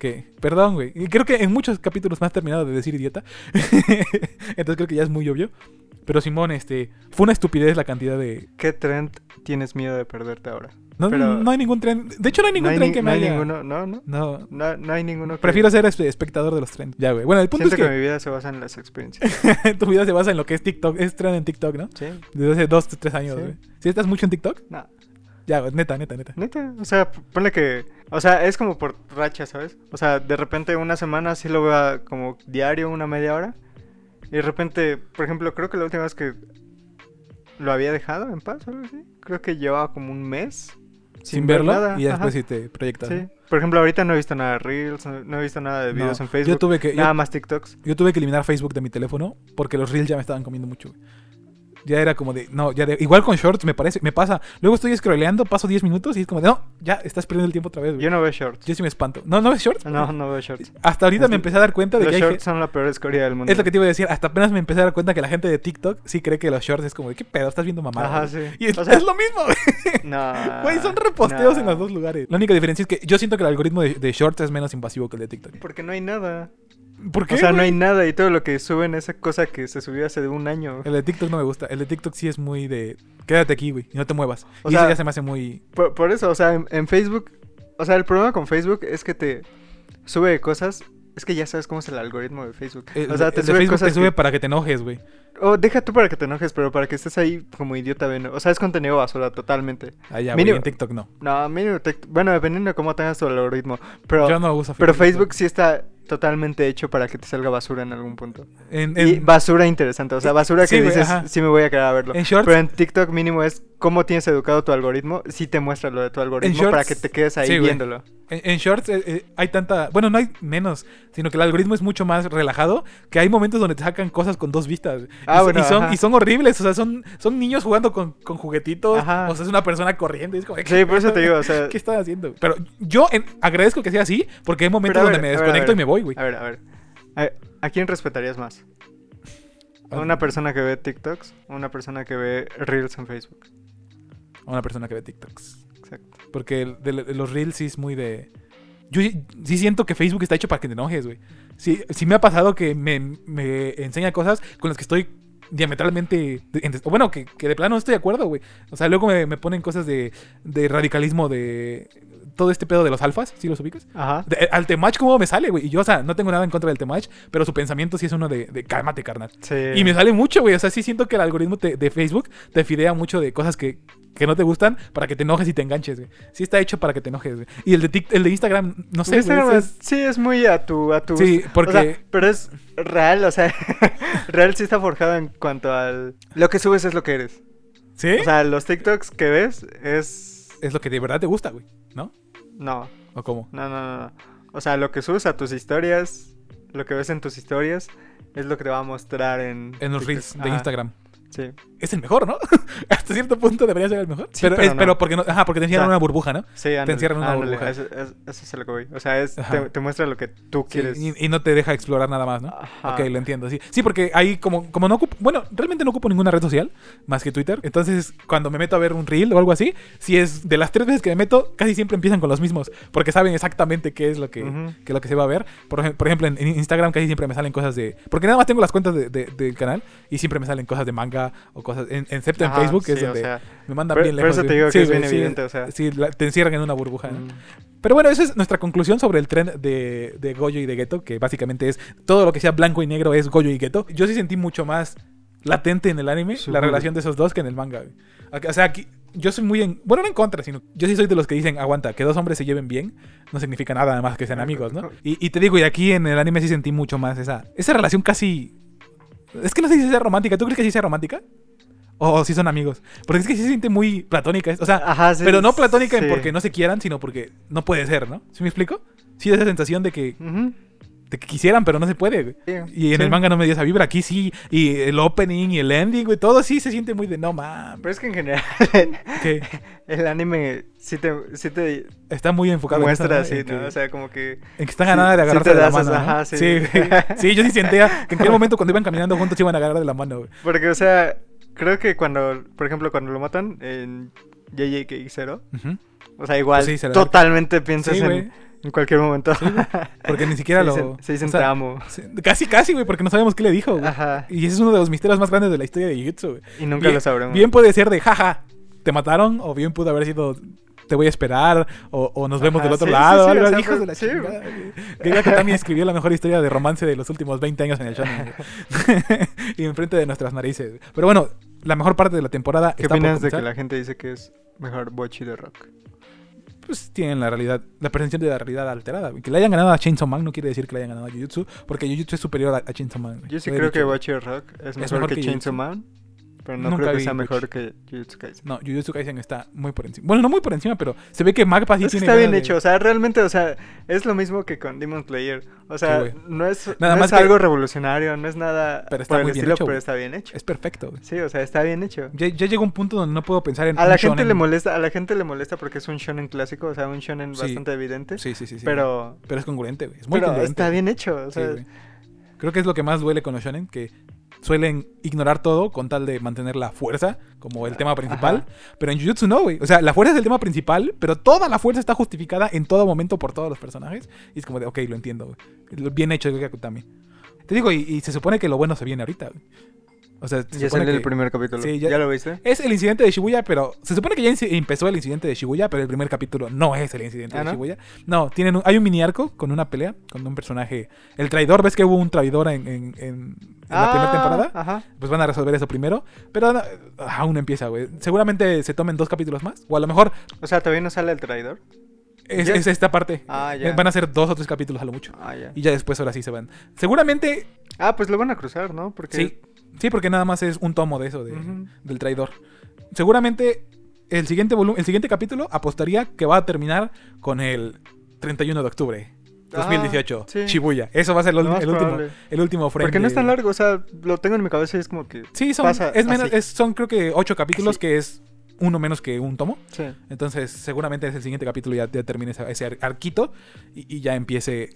[SPEAKER 1] que, perdón, güey. Y Creo que en muchos capítulos me has terminado de decir idiota. Entonces creo que ya es muy obvio. Pero Simón, este, fue una estupidez la cantidad de...
[SPEAKER 2] ¿Qué trend tienes miedo de perderte ahora?
[SPEAKER 1] No,
[SPEAKER 2] Pero-
[SPEAKER 1] no hay ningún tren. De hecho, no hay ningún
[SPEAKER 2] no hay,
[SPEAKER 1] tren
[SPEAKER 2] ni-
[SPEAKER 1] que me
[SPEAKER 2] no hay
[SPEAKER 1] haya-
[SPEAKER 2] ninguno, no, no,
[SPEAKER 1] No,
[SPEAKER 2] no, no hay ninguno. que-
[SPEAKER 1] Prefiero ser espe- espectador de los trends. Ya, güey. Bueno, el punto
[SPEAKER 2] Siento que... mi
[SPEAKER 1] es
[SPEAKER 2] vida se basa en las experiencias.
[SPEAKER 1] que tu vida se basa en lo que es TikTok. Es trend en TikTok, ¿no?
[SPEAKER 2] Sí,
[SPEAKER 1] Desde hace dos, tres años,
[SPEAKER 2] Sí.
[SPEAKER 1] güey. ¿Sí estás mucho en TikTok?
[SPEAKER 2] no,
[SPEAKER 1] Ya, güey. Neta, neta, neta.
[SPEAKER 2] neta, o sea, p- ponle que, o sea, es como por racha, ¿sabes? O sea, de repente una semana sí lo veo como diario, una media hora, y de repente, por ejemplo, creo que la última vez que lo había dejado en paz o algo así, creo que llevaba como un mes sin,
[SPEAKER 1] Sin,
[SPEAKER 2] ver
[SPEAKER 1] verlo
[SPEAKER 2] nada,
[SPEAKER 1] y ya
[SPEAKER 2] ajá.
[SPEAKER 1] después sí te proyectas.
[SPEAKER 2] Sí.
[SPEAKER 1] ¿no?
[SPEAKER 2] Por ejemplo, ahorita no he visto nada de Reels, no no he visto nada de
[SPEAKER 1] No,
[SPEAKER 2] videos en
[SPEAKER 1] Yo
[SPEAKER 2] Facebook,
[SPEAKER 1] tuve, que, yo,
[SPEAKER 2] nada más TikToks.
[SPEAKER 1] yo tuve que eliminar Facebook de mi teléfono porque los reels ya me estaban comiendo mucho, güey. Ya era como de, no, ya de, igual con shorts me parece, me pasa. Luego estoy scrolleando, paso 10 minutos y es como de, no, ya estás perdiendo el tiempo otra vez, güey.
[SPEAKER 2] Yo no veo shorts.
[SPEAKER 1] Yo sí me espanto. ¿No, no ves shorts?
[SPEAKER 2] No, no veo shorts.
[SPEAKER 1] Hasta ahorita
[SPEAKER 2] Es-
[SPEAKER 1] me empecé a dar cuenta de
[SPEAKER 2] Los
[SPEAKER 1] que hay ge-
[SPEAKER 2] shorts son la peor escoria del mundo.
[SPEAKER 1] Es lo que te iba a decir, hasta apenas me empecé a dar cuenta que la gente de TikTok sí cree que los shorts es como de qué pedo, estás viendo mamada.
[SPEAKER 2] Ajá,
[SPEAKER 1] güey?"
[SPEAKER 2] sí.
[SPEAKER 1] Y es,
[SPEAKER 2] O sea,
[SPEAKER 1] es lo mismo, güey.
[SPEAKER 2] no,
[SPEAKER 1] Güey, son reposteos en
[SPEAKER 2] no.
[SPEAKER 1] los dos lugares. La única diferencia es que yo siento que el algoritmo de, de shorts es menos invasivo que el de TikTok.
[SPEAKER 2] Porque no hay nada.
[SPEAKER 1] ¿Por qué?
[SPEAKER 2] o sea, no
[SPEAKER 1] güey?
[SPEAKER 2] hay nada y todo lo que suben es esa cosa que se subió hace un año.
[SPEAKER 1] El de TikTok no me gusta. El de TikTok sí es muy de quédate aquí, güey, y no te muevas.
[SPEAKER 2] O
[SPEAKER 1] y
[SPEAKER 2] sea-
[SPEAKER 1] eso ya se me hace muy.
[SPEAKER 2] Por, por eso, o sea, en, en Facebook, o sea, el problema con Facebook es que te sube cosas. Es que ya sabes cómo es el algoritmo de Facebook.
[SPEAKER 1] El,
[SPEAKER 2] o sea, te
[SPEAKER 1] el de
[SPEAKER 2] sube
[SPEAKER 1] Facebook
[SPEAKER 2] cosas.
[SPEAKER 1] te sube
[SPEAKER 2] que-
[SPEAKER 1] para que te enojes, güey.
[SPEAKER 2] o deja tú para que te enojes, pero para que estés ahí como idiota viendo. O sea, es contenido basura totalmente.
[SPEAKER 1] Allá, güey.
[SPEAKER 2] Mínimo-
[SPEAKER 1] En TikTok no.
[SPEAKER 2] No, mínimo. te- Bueno, dependiendo de cómo tengas tu algoritmo. Pero,
[SPEAKER 1] yo no uso
[SPEAKER 2] pero Facebook sí está totalmente hecho para que te salga basura en algún punto.
[SPEAKER 1] En,
[SPEAKER 2] Y
[SPEAKER 1] en-
[SPEAKER 2] basura interesante, o sea, basura que
[SPEAKER 1] Sí, güey,
[SPEAKER 2] dices,
[SPEAKER 1] ajá.
[SPEAKER 2] sí me voy a quedar a verlo.
[SPEAKER 1] En shorts-
[SPEAKER 2] Pero en TikTok mínimo es cómo tienes educado tu algoritmo, sí te muestra lo de tu algoritmo para
[SPEAKER 1] shorts-
[SPEAKER 2] que te quedes ahí
[SPEAKER 1] sí, güey.
[SPEAKER 2] viéndolo.
[SPEAKER 1] En, en shorts eh, eh, hay tanta. Bueno, no hay menos, sino que el algoritmo es mucho más relajado. Que hay momentos donde te sacan cosas con dos vistas. Y
[SPEAKER 2] Ah,
[SPEAKER 1] so-
[SPEAKER 2] bueno,
[SPEAKER 1] y, son,
[SPEAKER 2] ajá.
[SPEAKER 1] y son horribles. O sea, son, son niños jugando con, con juguetitos.
[SPEAKER 2] Ajá.
[SPEAKER 1] O sea, es una persona corriendo. y es como,
[SPEAKER 2] Sí, por eso te digo, o sea,
[SPEAKER 1] ¿Qué estás haciendo? Pero yo en- agradezco que sea así, porque hay momentos
[SPEAKER 2] Pero a
[SPEAKER 1] donde
[SPEAKER 2] ver,
[SPEAKER 1] me
[SPEAKER 2] a ver, a
[SPEAKER 1] desconecto
[SPEAKER 2] ver.
[SPEAKER 1] y me voy, güey.
[SPEAKER 2] a ver, a ver. ¿A, a quién respetarías más? ¿A una persona que ve TikToks o una persona que ve Reels en Facebook?
[SPEAKER 1] A una persona que ve TikToks.
[SPEAKER 2] Exacto.
[SPEAKER 1] Porque el- de- de los reels sí es muy de. Yo sí sí siento que Facebook está hecho para que te enojes, güey. Sí, sí me ha pasado que me, me enseña cosas con las que estoy diametralmente... de- en des- o bueno, que, que de plano no estoy de acuerdo, güey. O sea, luego me, me ponen cosas de, de radicalismo, de todo este pedo de los alfas, ¿sí los ubicas?
[SPEAKER 2] Ajá.
[SPEAKER 1] De- eh, al Temach, ¿cómo me sale, güey? Y yo, o sea, no tengo nada en contra del Temach, pero su pensamiento sí es uno de, de cálmate, carnal.
[SPEAKER 2] Sí.
[SPEAKER 1] Y me sale mucho, güey. O sea, sí siento que el algoritmo te- de Facebook te fidea mucho de cosas que, que no te gustan para que te enojes y te enganches, güey. Sí está hecho para que te enojes, güey. Y el de, Tik- el de Instagram, no sé,
[SPEAKER 2] Instagram
[SPEAKER 1] güey. ese
[SPEAKER 2] es- sí, es muy a tu... A tu
[SPEAKER 1] es- sí,
[SPEAKER 2] O sea,
[SPEAKER 1] porque...
[SPEAKER 2] pero es real, o sea, real sí está forjado en cuanto al... Lo que subes es lo que eres.
[SPEAKER 1] ¿Sí?
[SPEAKER 2] O sea, los TikToks que ves es...
[SPEAKER 1] es lo que de verdad te gusta, güey. ¿No?
[SPEAKER 2] No,
[SPEAKER 1] ¿O cómo?
[SPEAKER 2] no, no, no, no. O sea, lo que subes a tus historias, lo que ves en tus historias, es lo que te va a mostrar en...
[SPEAKER 1] En los
[SPEAKER 2] TikTok.
[SPEAKER 1] reels de
[SPEAKER 2] pues, Ajá,
[SPEAKER 1] Instagram.
[SPEAKER 2] Sí.
[SPEAKER 1] es el mejor, ¿no? Hasta cierto punto debería ser el mejor.
[SPEAKER 2] Sí,
[SPEAKER 1] pero,
[SPEAKER 2] pero
[SPEAKER 1] es-
[SPEAKER 2] no.
[SPEAKER 1] pero porque no- ajá, porque te encierran
[SPEAKER 2] O sea,
[SPEAKER 1] una burbuja, ¿no?
[SPEAKER 2] Sí, ándale,
[SPEAKER 1] encierran en una
[SPEAKER 2] ándale,
[SPEAKER 1] burbuja.
[SPEAKER 2] Eso, eso- eso es a lo que voy. O sea, es,
[SPEAKER 1] Ajá.
[SPEAKER 2] te, te muestra lo que tú
[SPEAKER 1] Sí,
[SPEAKER 2] quieres.
[SPEAKER 1] y, y no te deja explorar nada más, ¿no?
[SPEAKER 2] Ajá.
[SPEAKER 1] Ok, lo entiendo, sí. Sí, porque ahí como, como no ocupo, bueno, realmente no ocupo ninguna red social más que Twitter. Entonces, cuando me meto a ver un reel o algo así, si es de las tres veces que me meto, casi siempre empiezan con los mismos, porque saben exactamente qué es lo que,
[SPEAKER 2] Ujú.
[SPEAKER 1] qué es lo que se va a ver. Por, ej- por ejemplo, en, en Instagram casi siempre me salen cosas de... Porque nada más tengo las cuentas de- de- del canal y siempre me salen cosas de manga o cosas... En, excepto en
[SPEAKER 2] Ajá,
[SPEAKER 1] Facebook, que es
[SPEAKER 2] sí, o
[SPEAKER 1] donde
[SPEAKER 2] sea,
[SPEAKER 1] me mandan
[SPEAKER 2] por-
[SPEAKER 1] bien
[SPEAKER 2] por
[SPEAKER 1] lejos.
[SPEAKER 2] eso te
[SPEAKER 1] güey.
[SPEAKER 2] digo que es bien
[SPEAKER 1] güey, sí,
[SPEAKER 2] evidente, o sea.
[SPEAKER 1] Sí, la- te encierran en una burbuja, ¿no?
[SPEAKER 2] mm,
[SPEAKER 1] Pero bueno, esa es nuestra conclusión sobre el tren de, de Goyo y de Gueto, que básicamente es todo lo que sea blanco y negro es Goyo y Gueto. Yo sí sentí mucho más latente en el anime
[SPEAKER 2] Sí,
[SPEAKER 1] la
[SPEAKER 2] güey.
[SPEAKER 1] relación de esos dos que en el manga. güey. Ac- O sea, aquí, yo soy muy en. Bueno, no en contra, sino. Yo sí soy de los que dicen, aguanta, que dos hombres se lleven bien no significa nada más que sean amigos, ¿no? Y, y te digo, y aquí en el anime sí sentí mucho más esa, esa relación casi. Es que no sé si sea romántica. ¿Tú crees que sí sea romántica? O, si son amigos. Porque es que sí se siente muy platónica. es- O sea,
[SPEAKER 2] Ajá, sí,
[SPEAKER 1] pero no platónica en
[SPEAKER 2] sí.
[SPEAKER 1] porque no se quieran, sino porque no puede ser, ¿no? ¿Sí me explico? Sí, esa sensación de que,
[SPEAKER 2] Ujú.
[SPEAKER 1] de que quisieran, pero no se puede. güey.
[SPEAKER 2] Sí,
[SPEAKER 1] Y en
[SPEAKER 2] sí.
[SPEAKER 1] el manga no me dio esa vibra. Aquí sí, y el opening y el ending, güey, todo sí se siente muy de no mames.
[SPEAKER 2] Pero es que en general
[SPEAKER 1] Que
[SPEAKER 2] el anime sí te, sí te
[SPEAKER 1] está muy enfocado en eso,
[SPEAKER 2] muestra
[SPEAKER 1] ¿no?
[SPEAKER 2] así,
[SPEAKER 1] En que-
[SPEAKER 2] ¿no? O sea, como que.
[SPEAKER 1] En que están
[SPEAKER 2] Sí,
[SPEAKER 1] ganada de
[SPEAKER 2] sí
[SPEAKER 1] agarrarse
[SPEAKER 2] te
[SPEAKER 1] de la
[SPEAKER 2] das
[SPEAKER 1] mano.
[SPEAKER 2] esa-
[SPEAKER 1] ¿no?
[SPEAKER 2] ajá, sí.
[SPEAKER 1] Sí, güey. Sí, yo sí sentía que en qué momento cuando iban caminando juntos se iban a agarrar de la mano. güey.
[SPEAKER 2] Porque, o sea, creo que cuando, por ejemplo, cuando lo matan en JJK0,
[SPEAKER 1] Ujú.
[SPEAKER 2] o sea, igual
[SPEAKER 1] Sí, se la
[SPEAKER 2] totalmente piensas
[SPEAKER 1] Sí, güey.
[SPEAKER 2] en, en cualquier momento.
[SPEAKER 1] Porque ni siquiera
[SPEAKER 2] se
[SPEAKER 1] lo.
[SPEAKER 2] dicen, se dicen
[SPEAKER 1] o sea,
[SPEAKER 2] te amo.
[SPEAKER 1] se- Casi, casi, güey, porque no sabemos qué le dijo, güey.
[SPEAKER 2] Ajá.
[SPEAKER 1] Y ese es uno de los misterios más grandes de la historia de Jujutsu, güey.
[SPEAKER 2] Y nunca
[SPEAKER 1] bien,
[SPEAKER 2] lo sabremos.
[SPEAKER 1] bien puede ser de jaja, te mataron, o bien pudo haber sido te voy a esperar, o, o nos vemos
[SPEAKER 2] Ajá,
[SPEAKER 1] del otro
[SPEAKER 2] sí,
[SPEAKER 1] lado,
[SPEAKER 2] sí, sí,
[SPEAKER 1] algo
[SPEAKER 2] o sea,
[SPEAKER 1] hijos
[SPEAKER 2] pues,
[SPEAKER 1] de la
[SPEAKER 2] sí.
[SPEAKER 1] chingada, güey. Que diga que también escribió la mejor historia de romance de los últimos 20 años en el shonen. güey. y enfrente de nuestras narices. güey. Pero bueno, la mejor parte de la temporada
[SPEAKER 2] ¿Qué
[SPEAKER 1] está por
[SPEAKER 2] opinas de que
[SPEAKER 1] comenzar.
[SPEAKER 2] la gente dice que es mejor Bochi de Rock?
[SPEAKER 1] pues, tienen la realidad, la percepción de la realidad alterada. güey. Que le hayan ganado a Chainsaw Man no quiere decir que le hayan ganado a Jujutsu, porque Jujutsu es superior a, a Chainsaw Man. güey.
[SPEAKER 2] Yo sí
[SPEAKER 1] Lo he
[SPEAKER 2] creo
[SPEAKER 1] dicho,
[SPEAKER 2] que
[SPEAKER 1] güey.
[SPEAKER 2] Bochi de Rock es mejor,
[SPEAKER 1] mejor
[SPEAKER 2] que,
[SPEAKER 1] que Jujutsu.
[SPEAKER 2] Chainsaw Man, pero no
[SPEAKER 1] Nunca
[SPEAKER 2] creo que
[SPEAKER 1] vi
[SPEAKER 2] sea
[SPEAKER 1] Butch.
[SPEAKER 2] mejor que Jujutsu Kaisen.
[SPEAKER 1] No, Jujutsu Kaisen está muy por encima. Bueno, no muy por encima, pero se ve que Magpa sí
[SPEAKER 2] Es que
[SPEAKER 1] tiene
[SPEAKER 2] Pues está bien
[SPEAKER 1] ganas de-
[SPEAKER 2] hecho, o sea, realmente, o sea, es lo mismo que con Demon Slayer. O sea,
[SPEAKER 1] Sí, güey.
[SPEAKER 2] no es,
[SPEAKER 1] Nada
[SPEAKER 2] no
[SPEAKER 1] más
[SPEAKER 2] es
[SPEAKER 1] que-
[SPEAKER 2] algo revolucionario, no es nada
[SPEAKER 1] Pero está
[SPEAKER 2] por el
[SPEAKER 1] muy bien
[SPEAKER 2] estilo,
[SPEAKER 1] hecho, güey.
[SPEAKER 2] pero está bien hecho.
[SPEAKER 1] Es perfecto, güey.
[SPEAKER 2] Sí, o sea, está bien hecho.
[SPEAKER 1] Ya, ya llegó un punto donde no puedo pensar en
[SPEAKER 2] A
[SPEAKER 1] un
[SPEAKER 2] la gente
[SPEAKER 1] shonen.
[SPEAKER 2] le molesta, a la gente le molesta porque es un shonen clásico, o sea, un shonen
[SPEAKER 1] Sí.
[SPEAKER 2] bastante evidente,
[SPEAKER 1] Sí, sí, sí, sí.
[SPEAKER 2] pero
[SPEAKER 1] Pero es congruente, güey. Es muy
[SPEAKER 2] pero
[SPEAKER 1] congruente.
[SPEAKER 2] está bien hecho, o
[SPEAKER 1] Sí,
[SPEAKER 2] sea,
[SPEAKER 1] güey. Creo que es lo que más duele con los shonen, que suelen ignorar todo con tal de mantener la fuerza como el tema principal. Pero en Jujutsu no, güey. O sea, la fuerza es el tema principal, pero toda la fuerza está justificada en todo momento por todos los personajes. Y es como de, ok, lo entiendo, güey. Lo- Bien hecho de Kakutami. Te digo, y, y se supone que lo bueno se viene ahorita, güey. O sea, se
[SPEAKER 2] ya
[SPEAKER 1] supone
[SPEAKER 2] salió el
[SPEAKER 1] que-
[SPEAKER 2] primer capítulo.
[SPEAKER 1] Sí, ya-
[SPEAKER 2] ya... lo viste?
[SPEAKER 1] Es el incidente de Shibuya, pero se supone que ya inci- empezó el incidente de Shibuya, pero el primer capítulo no es el incidente
[SPEAKER 2] ¿Ah,
[SPEAKER 1] de
[SPEAKER 2] no?
[SPEAKER 1] Shibuya. No, tienen un- hay un mini arco con una pelea, con un personaje. El traidor, ¿ves que hubo un traidor en, en- en- en la primera
[SPEAKER 2] Ah,
[SPEAKER 1] temporada?
[SPEAKER 2] Ajá.
[SPEAKER 1] Pues van a resolver eso primero. Pero no, aún no empieza, güey. Seguramente se tomen dos capítulos más. O a lo mejor
[SPEAKER 2] O sea, todavía no sale el traidor.
[SPEAKER 1] es,
[SPEAKER 2] Ya.
[SPEAKER 1] es esta parte.
[SPEAKER 2] Ah, ya.
[SPEAKER 1] Van a ser dos o tres capítulos a lo mucho.
[SPEAKER 2] Ah, ya.
[SPEAKER 1] Y ya después ahora sí se van. Seguramente
[SPEAKER 2] Ah, pues lo van a cruzar, ¿no? Porque
[SPEAKER 1] Sí, sí, porque nada más es un tomo de eso, de-
[SPEAKER 2] Ujú.
[SPEAKER 1] del traidor. Seguramente el siguiente, volu- el siguiente capítulo apostaría que va a terminar con el 31 de octubre. 2018,
[SPEAKER 2] Ah, sí.
[SPEAKER 1] Shibuya. Eso va a ser lo-
[SPEAKER 2] Lo más
[SPEAKER 1] el, último,
[SPEAKER 2] probable.
[SPEAKER 1] el último frame.
[SPEAKER 2] Porque no es tan
[SPEAKER 1] de-
[SPEAKER 2] largo, o sea, lo tengo en mi cabeza y es como que
[SPEAKER 1] Sí, son,
[SPEAKER 2] Pasa
[SPEAKER 1] es menos,
[SPEAKER 2] así.
[SPEAKER 1] es- son creo que ocho capítulos,
[SPEAKER 2] Así.
[SPEAKER 1] que es uno menos que un tomo.
[SPEAKER 2] sí.
[SPEAKER 1] Entonces, seguramente es el siguiente capítulo ya, ya termine ese, ese ar- arquito y, y ya empiece.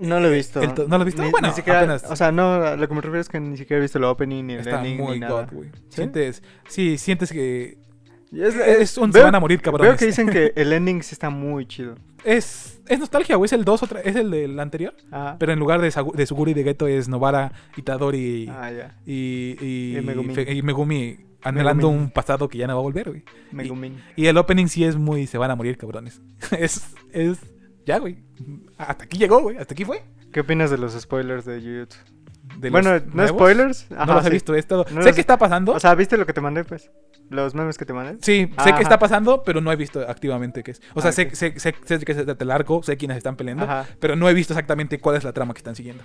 [SPEAKER 2] No lo he visto.
[SPEAKER 1] el to- ¿no lo has visto?
[SPEAKER 2] Ni-
[SPEAKER 1] Bueno,
[SPEAKER 2] ni siquiera-
[SPEAKER 1] apenas-
[SPEAKER 2] O sea, no, a lo que me refiero es que ni siquiera he visto el opening ni el
[SPEAKER 1] Está
[SPEAKER 2] ending
[SPEAKER 1] muy
[SPEAKER 2] ni
[SPEAKER 1] god,
[SPEAKER 2] nada.
[SPEAKER 1] güey.
[SPEAKER 2] ¿Sí?
[SPEAKER 1] Sientes, sí, sientes que
[SPEAKER 2] Y Es,
[SPEAKER 1] es un se
[SPEAKER 2] veo-
[SPEAKER 1] van a morir, cabrones.
[SPEAKER 2] Veo que dicen que el ending sí está muy chido.
[SPEAKER 1] Es, es nostalgia, güey. Es el 2, otra- es el del anterior.
[SPEAKER 2] Ah,
[SPEAKER 1] Pero en lugar de, Sagu- de Suguri y de Geto es Novara, Itadori y,
[SPEAKER 2] ah ya.
[SPEAKER 1] y, y-
[SPEAKER 2] Y Megumi.
[SPEAKER 1] fe- y Megumi anhelando
[SPEAKER 2] Megumi.
[SPEAKER 1] un pasado que ya no va a volver, güey.
[SPEAKER 2] Megumin.
[SPEAKER 1] Y el opening sí es muy... Se van a morir, cabrones. es... es ya, güey. Hasta aquí llegó, güey. Hasta aquí fue.
[SPEAKER 2] ¿Qué opinas de los spoilers de Jujutsu?
[SPEAKER 1] De los
[SPEAKER 2] Bueno, no
[SPEAKER 1] nuevos,
[SPEAKER 2] spoilers. Ajá,
[SPEAKER 1] no los he
[SPEAKER 2] sí.
[SPEAKER 1] visto. Es todo.
[SPEAKER 2] No
[SPEAKER 1] sé
[SPEAKER 2] los-
[SPEAKER 1] que está pasando.
[SPEAKER 2] O sea, ¿viste lo que te mandé, pues? Los memes que te mandé.
[SPEAKER 1] Sí, sé
[SPEAKER 2] Ajá.
[SPEAKER 1] que está pasando, pero no he visto activamente qué es. O sea,
[SPEAKER 2] Ah,
[SPEAKER 1] sé,
[SPEAKER 2] ok.
[SPEAKER 1] sé, sé, sé que se trata el arco, sé quiénes están peleando,
[SPEAKER 2] Ajá.
[SPEAKER 1] pero no he visto exactamente cuál es la trama que están siguiendo.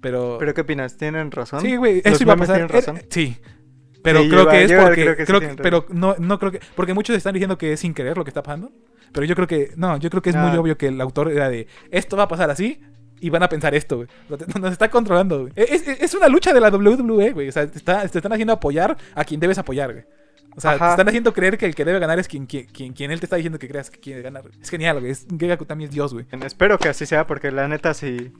[SPEAKER 1] Pero,
[SPEAKER 2] ¿Pero qué opinas? ¿Tienen razón?
[SPEAKER 1] Sí, güey,
[SPEAKER 2] ¿Los
[SPEAKER 1] eso iba a
[SPEAKER 2] memes
[SPEAKER 1] pasar. Eh,
[SPEAKER 2] tienen razón?
[SPEAKER 1] Era- sí. Pero
[SPEAKER 2] Sí, yo
[SPEAKER 1] creo
[SPEAKER 2] iba-
[SPEAKER 1] que es
[SPEAKER 2] yo iba-
[SPEAKER 1] porque.
[SPEAKER 2] creo que sí
[SPEAKER 1] creo
[SPEAKER 2] tienen
[SPEAKER 1] que- pero no, no creo que. Porque muchos están diciendo que es sin
[SPEAKER 2] Ah.
[SPEAKER 1] querer lo que está pasando. Pero yo creo que. No, yo creo que es muy
[SPEAKER 2] No.
[SPEAKER 1] obvio que el autor era de. Esto va a pasar así. y van a pensar esto, güey. O sea, te- Nos está controlando, güey. E, Es, es- es una lucha de la WWE, güey. O sea, te, está- te están haciendo apoyar a quien debes apoyar, güey. O sea, te
[SPEAKER 2] Ajá.
[SPEAKER 1] están haciendo creer que el que debe ganar es quien, quien, quien, quien él te está diciendo que creas que quiere ganar. Es genial, güey. Es, Gaga Kutami es Dios, güey.
[SPEAKER 2] Espero que así sea, porque la neta sí.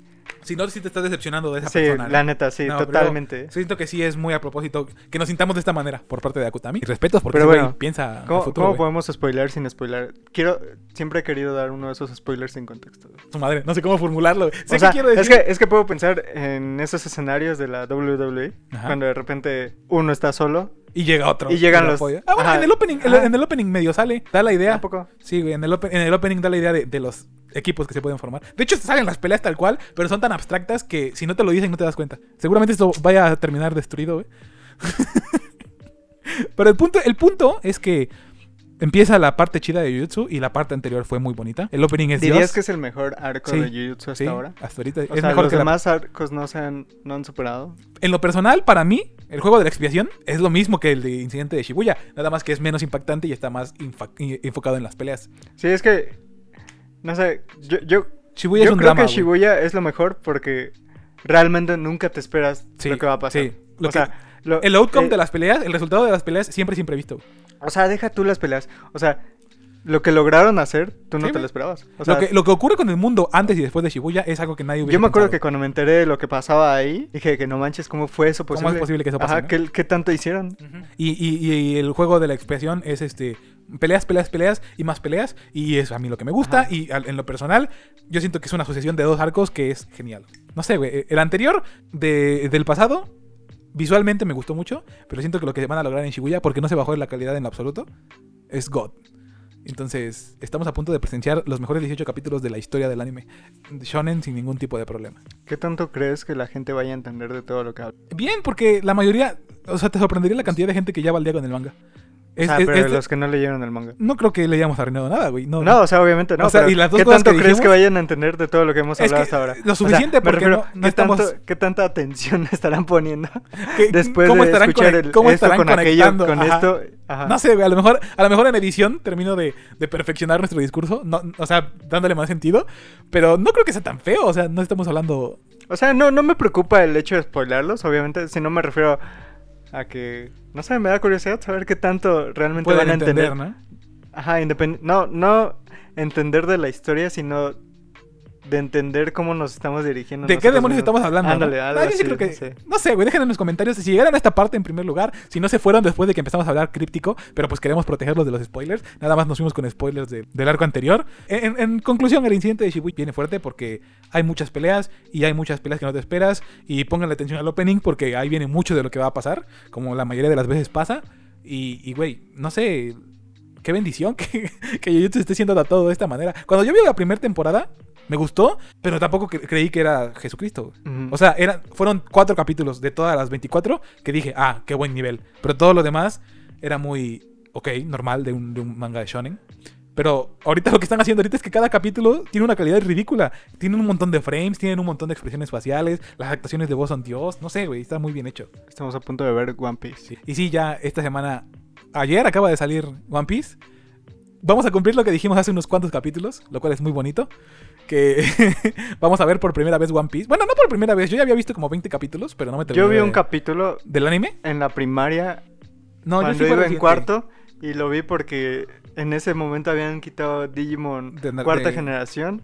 [SPEAKER 1] Si no, sí te estás decepcionando de esa
[SPEAKER 2] Sí,
[SPEAKER 1] persona.
[SPEAKER 2] la
[SPEAKER 1] ¿no?
[SPEAKER 2] neta sí,
[SPEAKER 1] No, pero
[SPEAKER 2] totalmente.
[SPEAKER 1] Siento que sí es muy a propósito que nos sintamos de esta manera por parte de Akutami. Y respetos porque
[SPEAKER 2] Pero
[SPEAKER 1] ese güey
[SPEAKER 2] bueno,
[SPEAKER 1] piensa a
[SPEAKER 2] ¿Cómo,
[SPEAKER 1] futuro,
[SPEAKER 2] cómo
[SPEAKER 1] güey.
[SPEAKER 2] podemos spoiler sin spoiler? Quiero, siempre he querido dar uno de esos spoilers sin contexto.
[SPEAKER 1] su madre. No sé cómo formularlo. güey. Sé
[SPEAKER 2] O sea,
[SPEAKER 1] que quiero decir.
[SPEAKER 2] es, que, es que puedo pensar en esos escenarios de la WWE,
[SPEAKER 1] Ajá.
[SPEAKER 2] cuando de repente uno está solo.
[SPEAKER 1] Y llega otro.
[SPEAKER 2] Y llegan
[SPEAKER 1] lo
[SPEAKER 2] los-
[SPEAKER 1] apoya. Ah, bueno,
[SPEAKER 2] Ajá.
[SPEAKER 1] en el, opening, el-
[SPEAKER 2] Ajá.
[SPEAKER 1] en el opening medio sale. Da la idea.
[SPEAKER 2] Tampoco.
[SPEAKER 1] Sí, güey. En el, open- en el opening da la idea de, de los equipos que se pueden formar. De hecho, salen las peleas tal cual, pero son tan abstractas que si no te lo dicen no te das cuenta. Seguramente esto vaya a terminar destruido, güey. pero el punto, el punto es que empieza la parte chida de Jujutsu y la parte anterior fue muy bonita. El opening es
[SPEAKER 2] ¿Dirías
[SPEAKER 1] Dios.
[SPEAKER 2] que es el mejor arco
[SPEAKER 1] Sí,
[SPEAKER 2] de Jujutsu hasta
[SPEAKER 1] Sí,
[SPEAKER 2] ahora?
[SPEAKER 1] hasta ahorita.
[SPEAKER 2] O
[SPEAKER 1] es
[SPEAKER 2] sea,
[SPEAKER 1] mejor
[SPEAKER 2] los
[SPEAKER 1] que la-
[SPEAKER 2] demás arcos no, se han, no han superado.
[SPEAKER 1] En lo personal, para mí, el juego de la expiación es lo mismo que el de incidente de Shibuya. Nada más que es menos impactante y está más infa- i- enfocado en las peleas.
[SPEAKER 2] Sí, es que. No sé, yo, yo,
[SPEAKER 1] Shibuya es
[SPEAKER 2] yo
[SPEAKER 1] un
[SPEAKER 2] creo
[SPEAKER 1] drama.
[SPEAKER 2] que
[SPEAKER 1] güey.
[SPEAKER 2] Shibuya es lo mejor porque realmente nunca te esperas
[SPEAKER 1] Sí,
[SPEAKER 2] lo que va a pasar.
[SPEAKER 1] sí. Lo
[SPEAKER 2] o
[SPEAKER 1] que-
[SPEAKER 2] sea, lo-
[SPEAKER 1] El outcome
[SPEAKER 2] eh,
[SPEAKER 1] de las peleas, el resultado de las peleas siempre es imprevisto. güey.
[SPEAKER 2] O sea, deja tú las peleas. O sea, lo que lograron hacer, tú
[SPEAKER 1] Sí,
[SPEAKER 2] no te
[SPEAKER 1] güey.
[SPEAKER 2] lo esperabas. O sea,
[SPEAKER 1] lo, que, lo que ocurre con el mundo antes y después de Shibuya es algo que nadie hubiera
[SPEAKER 2] yo me acuerdo que cuando me enteré de lo que pasaba ahí, dije que no manches, ¿cómo fue eso
[SPEAKER 1] es
[SPEAKER 2] posible?
[SPEAKER 1] posible que eso pase,
[SPEAKER 2] Ajá,
[SPEAKER 1] no?
[SPEAKER 2] ¿qué, qué tanto hicieron?
[SPEAKER 1] Y, y- y el juego de la expiación es este peleas, peleas, peleas y más peleas. Y es a mí lo que me gusta.
[SPEAKER 2] Ajá.
[SPEAKER 1] Y al- en lo personal, yo siento que es una asociación de dos arcos que es genial. No sé, güey. El anterior de- del pasado, visualmente me gustó mucho. Pero siento que lo que van a lograr en Shibuya, porque no se bajó de la calidad en lo absoluto, es God. Entonces, estamos a punto de presenciar los mejores 18 capítulos de la historia del anime. Shonen sin ningún tipo de problema.
[SPEAKER 2] ¿Qué tanto crees que la gente vaya a entender de todo lo que hablo?
[SPEAKER 1] Bien, porque la mayoría. O sea, te sorprendería la cantidad de gente que ya va al día con el manga.
[SPEAKER 2] O
[SPEAKER 1] Es-
[SPEAKER 2] sea,
[SPEAKER 1] es-
[SPEAKER 2] Ah, pero
[SPEAKER 1] es-
[SPEAKER 2] los que no leyeron el manga.
[SPEAKER 1] No creo que le hayamos arruinado nada, güey. No,
[SPEAKER 2] No, o sea, obviamente no.
[SPEAKER 1] O sea,
[SPEAKER 2] pero
[SPEAKER 1] y las dos
[SPEAKER 2] ¿Qué
[SPEAKER 1] cosas
[SPEAKER 2] tanto
[SPEAKER 1] que
[SPEAKER 2] crees que
[SPEAKER 1] dijimos-
[SPEAKER 2] vayan a entender de todo lo que hemos
[SPEAKER 1] Es
[SPEAKER 2] hablado
[SPEAKER 1] que
[SPEAKER 2] hasta ahora?
[SPEAKER 1] lo
[SPEAKER 2] O sea,
[SPEAKER 1] suficiente
[SPEAKER 2] me
[SPEAKER 1] porque
[SPEAKER 2] refiero,
[SPEAKER 1] no- no
[SPEAKER 2] ¿qué,
[SPEAKER 1] estamos-
[SPEAKER 2] tanto, ¿Qué tanta atención estarán poniendo
[SPEAKER 1] ¿Qué-
[SPEAKER 2] después
[SPEAKER 1] cómo
[SPEAKER 2] de
[SPEAKER 1] estarán
[SPEAKER 2] escuchar
[SPEAKER 1] conec-
[SPEAKER 2] el,
[SPEAKER 1] cómo
[SPEAKER 2] esto
[SPEAKER 1] estarán
[SPEAKER 2] con aquello,
[SPEAKER 1] conectando?
[SPEAKER 2] con
[SPEAKER 1] Ajá.
[SPEAKER 2] esto? Ajá.
[SPEAKER 1] No sé, güey, a lo mejor, a lo mejor en edición termino de, de perfeccionar nuestro discurso, no, o sea, dándole más sentido, pero no creo que sea tan feo, o sea, no estamos hablando...
[SPEAKER 2] O sea, no, no me preocupa el hecho de spoilarlos, obviamente, si no me refiero a que, no sé, me da curiosidad saber qué tanto realmente
[SPEAKER 1] Pueden
[SPEAKER 2] van a
[SPEAKER 1] entender,
[SPEAKER 2] entender.
[SPEAKER 1] ¿no?
[SPEAKER 2] Ajá, independ- no, no entender de la historia, sino de entender cómo nos estamos dirigiendo.
[SPEAKER 1] ¿De qué
[SPEAKER 2] nosotros
[SPEAKER 1] demonios
[SPEAKER 2] mismos.
[SPEAKER 1] estamos hablando?
[SPEAKER 2] Ándale,
[SPEAKER 1] no?
[SPEAKER 2] algo
[SPEAKER 1] Ah, yo sí
[SPEAKER 2] así,
[SPEAKER 1] creo que-
[SPEAKER 2] no sé.
[SPEAKER 1] No sé, güey, dejen en los comentarios si llegaron a esta parte en primer lugar, si no se fueron después de que empezamos a hablar críptico, pero pues queremos protegerlos de los spoilers, nada más nos fuimos con spoilers de- del arco anterior. En, en- en conclusión, el incidente de Shibuya viene fuerte porque hay muchas peleas y hay muchas peleas que no te esperas y pónganle atención al opening porque ahí viene mucho de lo que va a pasar, como la mayoría de las veces pasa. Y, y, güey, no sé, qué bendición que, que Jujutsu esté siendo tratado de esta manera. Cuando yo vi la primera temporada, me gustó, pero tampoco cre- creí que era Jesucristo. güey.
[SPEAKER 2] Ujú.
[SPEAKER 1] O sea, eran, fueron cuatro capítulos de todas las 24 que dije, ah, qué buen nivel. Pero todo lo demás era muy, ok, normal de un, de un manga de shonen. Pero ahorita lo que están haciendo ahorita es que cada capítulo tiene una calidad ridícula. Tienen un montón de frames, tienen un montón de expresiones faciales, las actuaciones de voz son Dios, no sé, güey, está muy bien hecho.
[SPEAKER 2] Estamos a punto de ver One Piece.
[SPEAKER 1] Y sí, ya esta semana, ayer acaba de salir One Piece. Vamos a cumplir lo que dijimos hace unos cuantos capítulos, lo cual es muy bonito. Que vamos a ver por primera vez One Piece. Bueno, no por primera vez, yo ya había visto como 20 capítulos, pero no me terminé
[SPEAKER 2] Yo vi
[SPEAKER 1] de-
[SPEAKER 2] un capítulo
[SPEAKER 1] ¿Del anime?
[SPEAKER 2] en la primaria
[SPEAKER 1] No,
[SPEAKER 2] cuando
[SPEAKER 1] yo sí fue
[SPEAKER 2] iba en
[SPEAKER 1] reciente.
[SPEAKER 2] cuarto y lo vi porque en ese momento habían quitado Digimon
[SPEAKER 1] De- de-
[SPEAKER 2] cuarta
[SPEAKER 1] de-
[SPEAKER 2] generación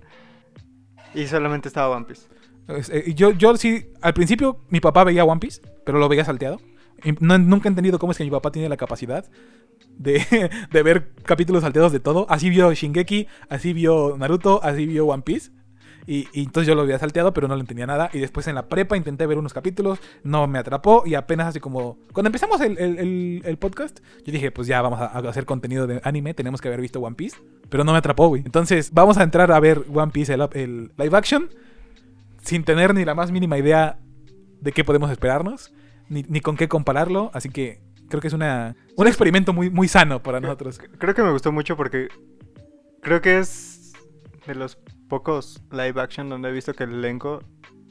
[SPEAKER 2] y solamente estaba One Piece.
[SPEAKER 1] Es- eh, Yo, yo sí, al principio mi papá veía One Piece, pero lo veía salteado. Y no- nunca he entendido cómo es que mi papá tiene la capacidad de, de ver capítulos salteados de todo. Así vio Shingeki, así vio Naruto, así vio One Piece. Y, y entonces yo lo había salteado, pero no le entendía nada. Y después en la prepa intenté ver unos capítulos, no me atrapó. Y apenas así como. Cuando empezamos el, el- el- el podcast, yo dije, pues ya vamos a, a hacer contenido de anime, tenemos que haber visto One Piece. Pero no me atrapó, güey. Entonces vamos a entrar a ver One Piece, el, el live action, sin tener ni la más mínima idea de qué podemos esperarnos, ni, ni con qué compararlo. Así que creo que es una, un experimento muy, muy sano para nosotros.
[SPEAKER 2] Creo que me gustó mucho porque creo que es de los pocos live action donde he visto que el elenco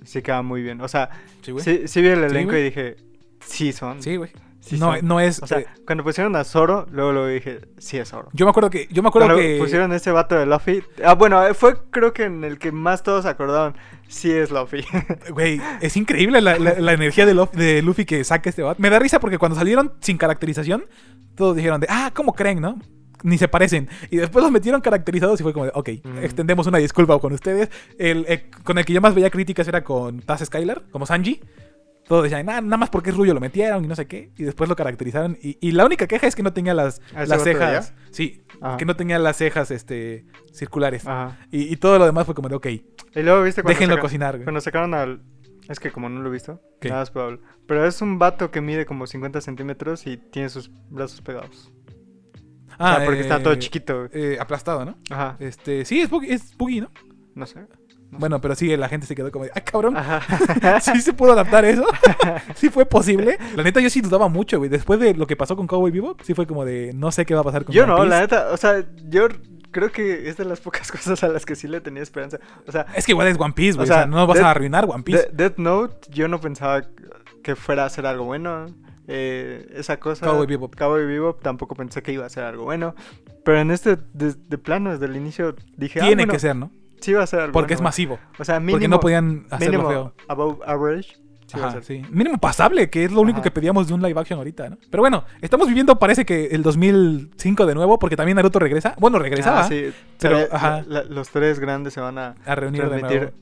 [SPEAKER 2] sí queda muy bien. O sea,
[SPEAKER 1] Sí, güey.
[SPEAKER 2] sí, sí vi el elenco
[SPEAKER 1] güey.
[SPEAKER 2] y dije, sí son.
[SPEAKER 1] Sí, güey.
[SPEAKER 2] sí
[SPEAKER 1] no,
[SPEAKER 2] son.
[SPEAKER 1] no es.
[SPEAKER 2] O sea,
[SPEAKER 1] eh,
[SPEAKER 2] cuando pusieron a Zoro, luego lo dije, sí es Zoro.
[SPEAKER 1] yo me acuerdo que. Yo me acuerdo
[SPEAKER 2] Cuando
[SPEAKER 1] que.
[SPEAKER 2] pusieron a este vato de Luffy. Ah, bueno, eh, fue creo que en el que más todos acordaron. Sí es Luffy.
[SPEAKER 1] Güey, es increíble la, la- la energía de Luff- de Luffy, que saca este bat. Me da risa porque cuando salieron sin caracterización, todos dijeron de, ah, ¿cómo creen, no? Ni se parecen. Y después los metieron caracterizados y fue como de, ok,
[SPEAKER 2] Mm.
[SPEAKER 1] extendemos una disculpa con ustedes. El, eh, con el que yo más veía críticas era con Taz Skylar, como Sanji. Todos decían, "Ah, nada más porque es rubio lo metieron y no sé qué. Y después lo caracterizaron. Y, y la única queja es que no tenía las,
[SPEAKER 2] ¿A ¿Ah, ese Ah.
[SPEAKER 1] las
[SPEAKER 2] vato de
[SPEAKER 1] cejas.
[SPEAKER 2] allá?
[SPEAKER 1] Sí,
[SPEAKER 2] Ajá.
[SPEAKER 1] que no tenía las cejas este, circulares.
[SPEAKER 2] Ajá.
[SPEAKER 1] Y, y todo lo demás fue como de, ok,
[SPEAKER 2] Y luego viste cuando,
[SPEAKER 1] déjenlo
[SPEAKER 2] saca-
[SPEAKER 1] cocinar. güey.
[SPEAKER 2] cuando sacaron al... Es que como no lo he visto,
[SPEAKER 1] ¿Qué?
[SPEAKER 2] nada es probable. Pero es un vato que mide como 50 centímetros y tiene sus brazos pegados. o sea, Ah, porque está todo
[SPEAKER 1] eh,
[SPEAKER 2] chiquito. güey.
[SPEAKER 1] eh, aplastado, ¿no?
[SPEAKER 2] Ajá,
[SPEAKER 1] Este, sí, es Boogie, es Boogie, ¿no?
[SPEAKER 2] no sé.
[SPEAKER 1] Bueno, pero sí, la gente se quedó como, de, ¡ay, cabrón!
[SPEAKER 2] Ajá.
[SPEAKER 1] ¿Sí se pudo adaptar eso? ¿Sí fue posible? La neta, yo sí dudaba mucho, güey. Después de lo que pasó con Cowboy Bebop, sí fue como de, no sé qué va a pasar con
[SPEAKER 2] Yo
[SPEAKER 1] One
[SPEAKER 2] no,
[SPEAKER 1] Piece".
[SPEAKER 2] la neta, o sea, yo creo que es de las pocas cosas a las que sí le tenía esperanza. O sea,
[SPEAKER 1] Es que igual es One Piece, güey.
[SPEAKER 2] O
[SPEAKER 1] O sea,
[SPEAKER 2] sea,
[SPEAKER 1] no vas
[SPEAKER 2] de-
[SPEAKER 1] a arruinar One Piece.
[SPEAKER 2] De- Death Note, yo no pensaba que fuera a ser algo bueno. Eh, esa cosa.
[SPEAKER 1] Cowboy Bebop.
[SPEAKER 2] Cowboy Bebop, tampoco pensé que iba a ser algo bueno. Pero en este, de, de plano, desde el inicio dije. ah,
[SPEAKER 1] Tiene
[SPEAKER 2] bueno,
[SPEAKER 1] que ser, ¿no?
[SPEAKER 2] Sí, va a ser algo
[SPEAKER 1] Porque es
[SPEAKER 2] bueno.
[SPEAKER 1] masivo.
[SPEAKER 2] O sea, mínimo.
[SPEAKER 1] porque no podían hacerlo
[SPEAKER 2] mínimo
[SPEAKER 1] feo.
[SPEAKER 2] Above average. Sí, va a
[SPEAKER 1] Ajá,
[SPEAKER 2] ser.
[SPEAKER 1] sí. Mínimo pasable, que es lo único
[SPEAKER 2] Ajá.
[SPEAKER 1] que pedíamos de un live action ahorita, ¿no? Pero bueno, estamos viviendo, parece que el 2005 de nuevo, porque también Naruto regresa. Bueno, regresaba
[SPEAKER 2] Ah, sí,
[SPEAKER 1] pero,
[SPEAKER 2] sabía-
[SPEAKER 1] ajá.
[SPEAKER 2] la- la- los tres grandes se van a
[SPEAKER 1] a reunir de nuevo.
[SPEAKER 2] transmitir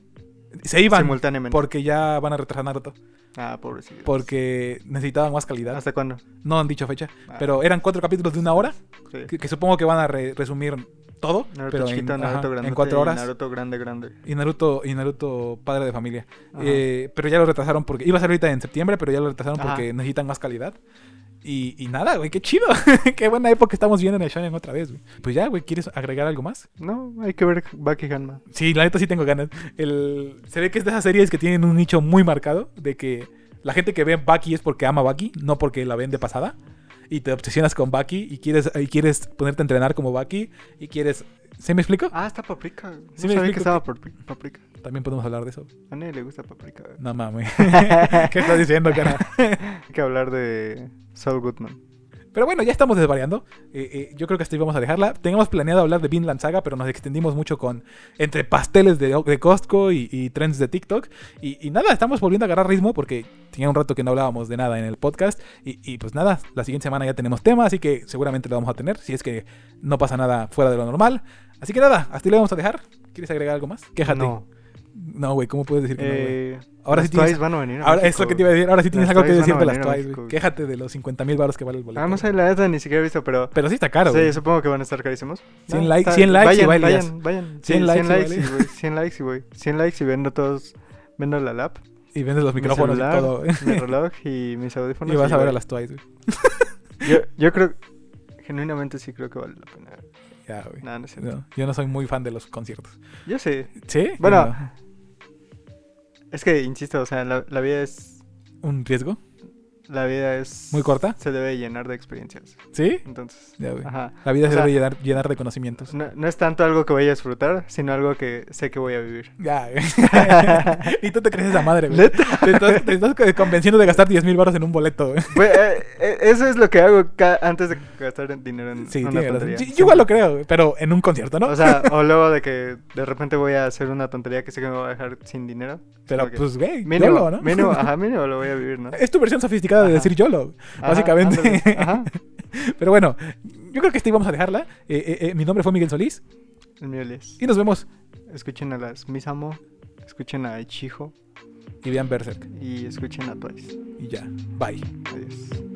[SPEAKER 1] Se iban
[SPEAKER 2] simultáneamente.
[SPEAKER 1] porque ya van a retrasar Naruto.
[SPEAKER 2] Ah, pobrecillos.
[SPEAKER 1] porque necesitaban más calidad.
[SPEAKER 2] ¿Hasta cuándo?
[SPEAKER 1] No han dicho fecha,
[SPEAKER 2] Ah.
[SPEAKER 1] pero eran cuatro capítulos de una hora,
[SPEAKER 2] Sí.
[SPEAKER 1] que, que supongo que van a re- resumir todo,
[SPEAKER 2] Naruto
[SPEAKER 1] pero
[SPEAKER 2] chiquito,
[SPEAKER 1] en, ajá,
[SPEAKER 2] Naruto
[SPEAKER 1] en
[SPEAKER 2] grande.
[SPEAKER 1] cuatro horas.
[SPEAKER 2] Naruto grande, grande.
[SPEAKER 1] Y Naruto, y Naruto padre de familia.
[SPEAKER 2] Ajá.
[SPEAKER 1] Eh, pero ya lo retrasaron porque. Iba a ser ahorita en septiembre, pero ya lo retrasaron
[SPEAKER 2] Ajá.
[SPEAKER 1] porque necesitan más calidad. Y, y nada, güey, qué chido. qué buena época estamos viendo en el Shonen otra vez, güey. Pues ya, güey, ¿quieres agregar algo más?
[SPEAKER 2] No, hay que ver Baki Hanma.
[SPEAKER 1] Sí, la neta sí tengo ganas. El, se ve que es de esas series que tienen un nicho muy marcado de que la gente que ve Bucky es porque ama Bucky, no porque la ven de pasada. Y te obsesionas con Bucky y quieres, y quieres ponerte a entrenar como Bucky y quieres... ¿Se me explico?
[SPEAKER 2] Ah, está paprika. No
[SPEAKER 1] Sí me
[SPEAKER 2] sabía
[SPEAKER 1] explico
[SPEAKER 2] que estaba papri- paprika.
[SPEAKER 1] También podemos hablar de eso.
[SPEAKER 2] A nadie le gusta paprika. güey.
[SPEAKER 1] No mames. ¿Qué estás diciendo, cara?
[SPEAKER 2] Hay que hablar de Saul Goodman.
[SPEAKER 1] Pero bueno, ya estamos desvariando. Eh, eh, yo creo que hasta ahí vamos a dejarla. Teníamos planeado hablar de Vinland Saga, pero nos extendimos mucho con entre pasteles de, de Costco y, y trends de TikTok. Y, y nada, estamos volviendo a agarrar ritmo porque tenía un rato que no hablábamos de nada en el podcast. Y, y pues nada, la siguiente semana ya tenemos tema, así que seguramente lo vamos a tener, si es que no pasa nada fuera de lo normal. Así que nada, hasta ahí le vamos a dejar. ¿Quieres agregar algo más? Quéjate.
[SPEAKER 2] No.
[SPEAKER 1] No, güey, ¿cómo puedes decir que no, güey?
[SPEAKER 2] Eh,
[SPEAKER 1] Ahora
[SPEAKER 2] las
[SPEAKER 1] sí tienes-
[SPEAKER 2] Twice van a venir. a
[SPEAKER 1] Ahora,
[SPEAKER 2] México,
[SPEAKER 1] eso que te iba a decir, ahora sí tienes
[SPEAKER 2] Las
[SPEAKER 1] algo que
[SPEAKER 2] Twice van
[SPEAKER 1] decir
[SPEAKER 2] a
[SPEAKER 1] de las
[SPEAKER 2] venir a
[SPEAKER 1] Twice, güey.
[SPEAKER 2] México, güey.
[SPEAKER 1] Quéjate de los 50 mil baros que vale el boleto.
[SPEAKER 2] Ah, no
[SPEAKER 1] güey.
[SPEAKER 2] sé, la neta ni siquiera he visto, pero.
[SPEAKER 1] Pero sí está caro, güey.
[SPEAKER 2] Sí, supongo que van a estar carísimos.
[SPEAKER 1] 100
[SPEAKER 2] Ah,
[SPEAKER 1] likes-
[SPEAKER 2] está-
[SPEAKER 1] 100 likes y
[SPEAKER 2] vayan,
[SPEAKER 1] bailas.
[SPEAKER 2] Vayan,
[SPEAKER 1] 100
[SPEAKER 2] vayan. Sí, 100
[SPEAKER 1] likes y
[SPEAKER 2] likes y
[SPEAKER 1] bailas.
[SPEAKER 2] güey. 100 likes y güey. 100 likes y vendo todos. Vendo la lap,
[SPEAKER 1] Y vendes los
[SPEAKER 2] Mi
[SPEAKER 1] micrófonos
[SPEAKER 2] celular,
[SPEAKER 1] y todo. güey.
[SPEAKER 2] mi reloj y mis audífonos.
[SPEAKER 1] Y vas a ver a
[SPEAKER 2] güey.
[SPEAKER 1] las Twice, güey.
[SPEAKER 2] Yo, yo creo. Genuinamente sí creo que vale la pena.
[SPEAKER 1] Ya, güey.
[SPEAKER 2] Nada, no es cierto.
[SPEAKER 1] No, yo no soy muy fan de los conciertos.
[SPEAKER 2] Yo sé.
[SPEAKER 1] ¿Sí?
[SPEAKER 2] Bueno.
[SPEAKER 1] No.
[SPEAKER 2] Es que, insisto, o sea, la, la vida es.
[SPEAKER 1] ¿Un riesgo?
[SPEAKER 2] La vida es.
[SPEAKER 1] ¿Muy corta?
[SPEAKER 2] Se debe llenar de experiencias.
[SPEAKER 1] ¿Sí?
[SPEAKER 2] Entonces.
[SPEAKER 1] Ya, güey.
[SPEAKER 2] Ajá.
[SPEAKER 1] La vida
[SPEAKER 2] O
[SPEAKER 1] se
[SPEAKER 2] sea,
[SPEAKER 1] debe llenar, llenar de conocimientos.
[SPEAKER 2] No, no es tanto algo que voy a disfrutar, sino algo que sé que voy a vivir.
[SPEAKER 1] Ya, güey. y tú te crees esa madre, güey.
[SPEAKER 2] Neta.
[SPEAKER 1] Te estás, te estás convenciendo de gastar 10 mil baros en un boleto, güey.
[SPEAKER 2] Güey, eh, eh, eso es lo que hago ca- antes de gastar en- dinero en
[SPEAKER 1] Sí,
[SPEAKER 2] una
[SPEAKER 1] tiene razón.
[SPEAKER 2] tontería.
[SPEAKER 1] Sí, Yo igual lo creo, güey, pero en un concierto, ¿no?
[SPEAKER 2] O sea, o luego de que de repente voy a hacer una tontería que sé que me voy a dejar sin dinero.
[SPEAKER 1] pero
[SPEAKER 2] porque
[SPEAKER 1] pues, güey,
[SPEAKER 2] Mínimo,
[SPEAKER 1] YOLO, ¿no?
[SPEAKER 2] mínimo, ajá, mínimo lo voy a vivir, ¿no?
[SPEAKER 1] Es tu versión sofisticada de
[SPEAKER 2] Ajá.
[SPEAKER 1] decir YOLO,
[SPEAKER 2] Ajá,
[SPEAKER 1] básicamente.
[SPEAKER 2] ándale, Ajá.
[SPEAKER 1] Pero bueno, yo creo que hasta ahí vamos a dejarla. Eh, eh, eh, mi nombre fue Miguel Solís
[SPEAKER 2] El mío es.
[SPEAKER 1] y nos vemos.
[SPEAKER 2] Escuchen a las Misamo, escuchen a Ichijo
[SPEAKER 1] Y vean Berserk.
[SPEAKER 2] y escuchen a Twice.
[SPEAKER 1] Y ya, bye.
[SPEAKER 2] Adiós.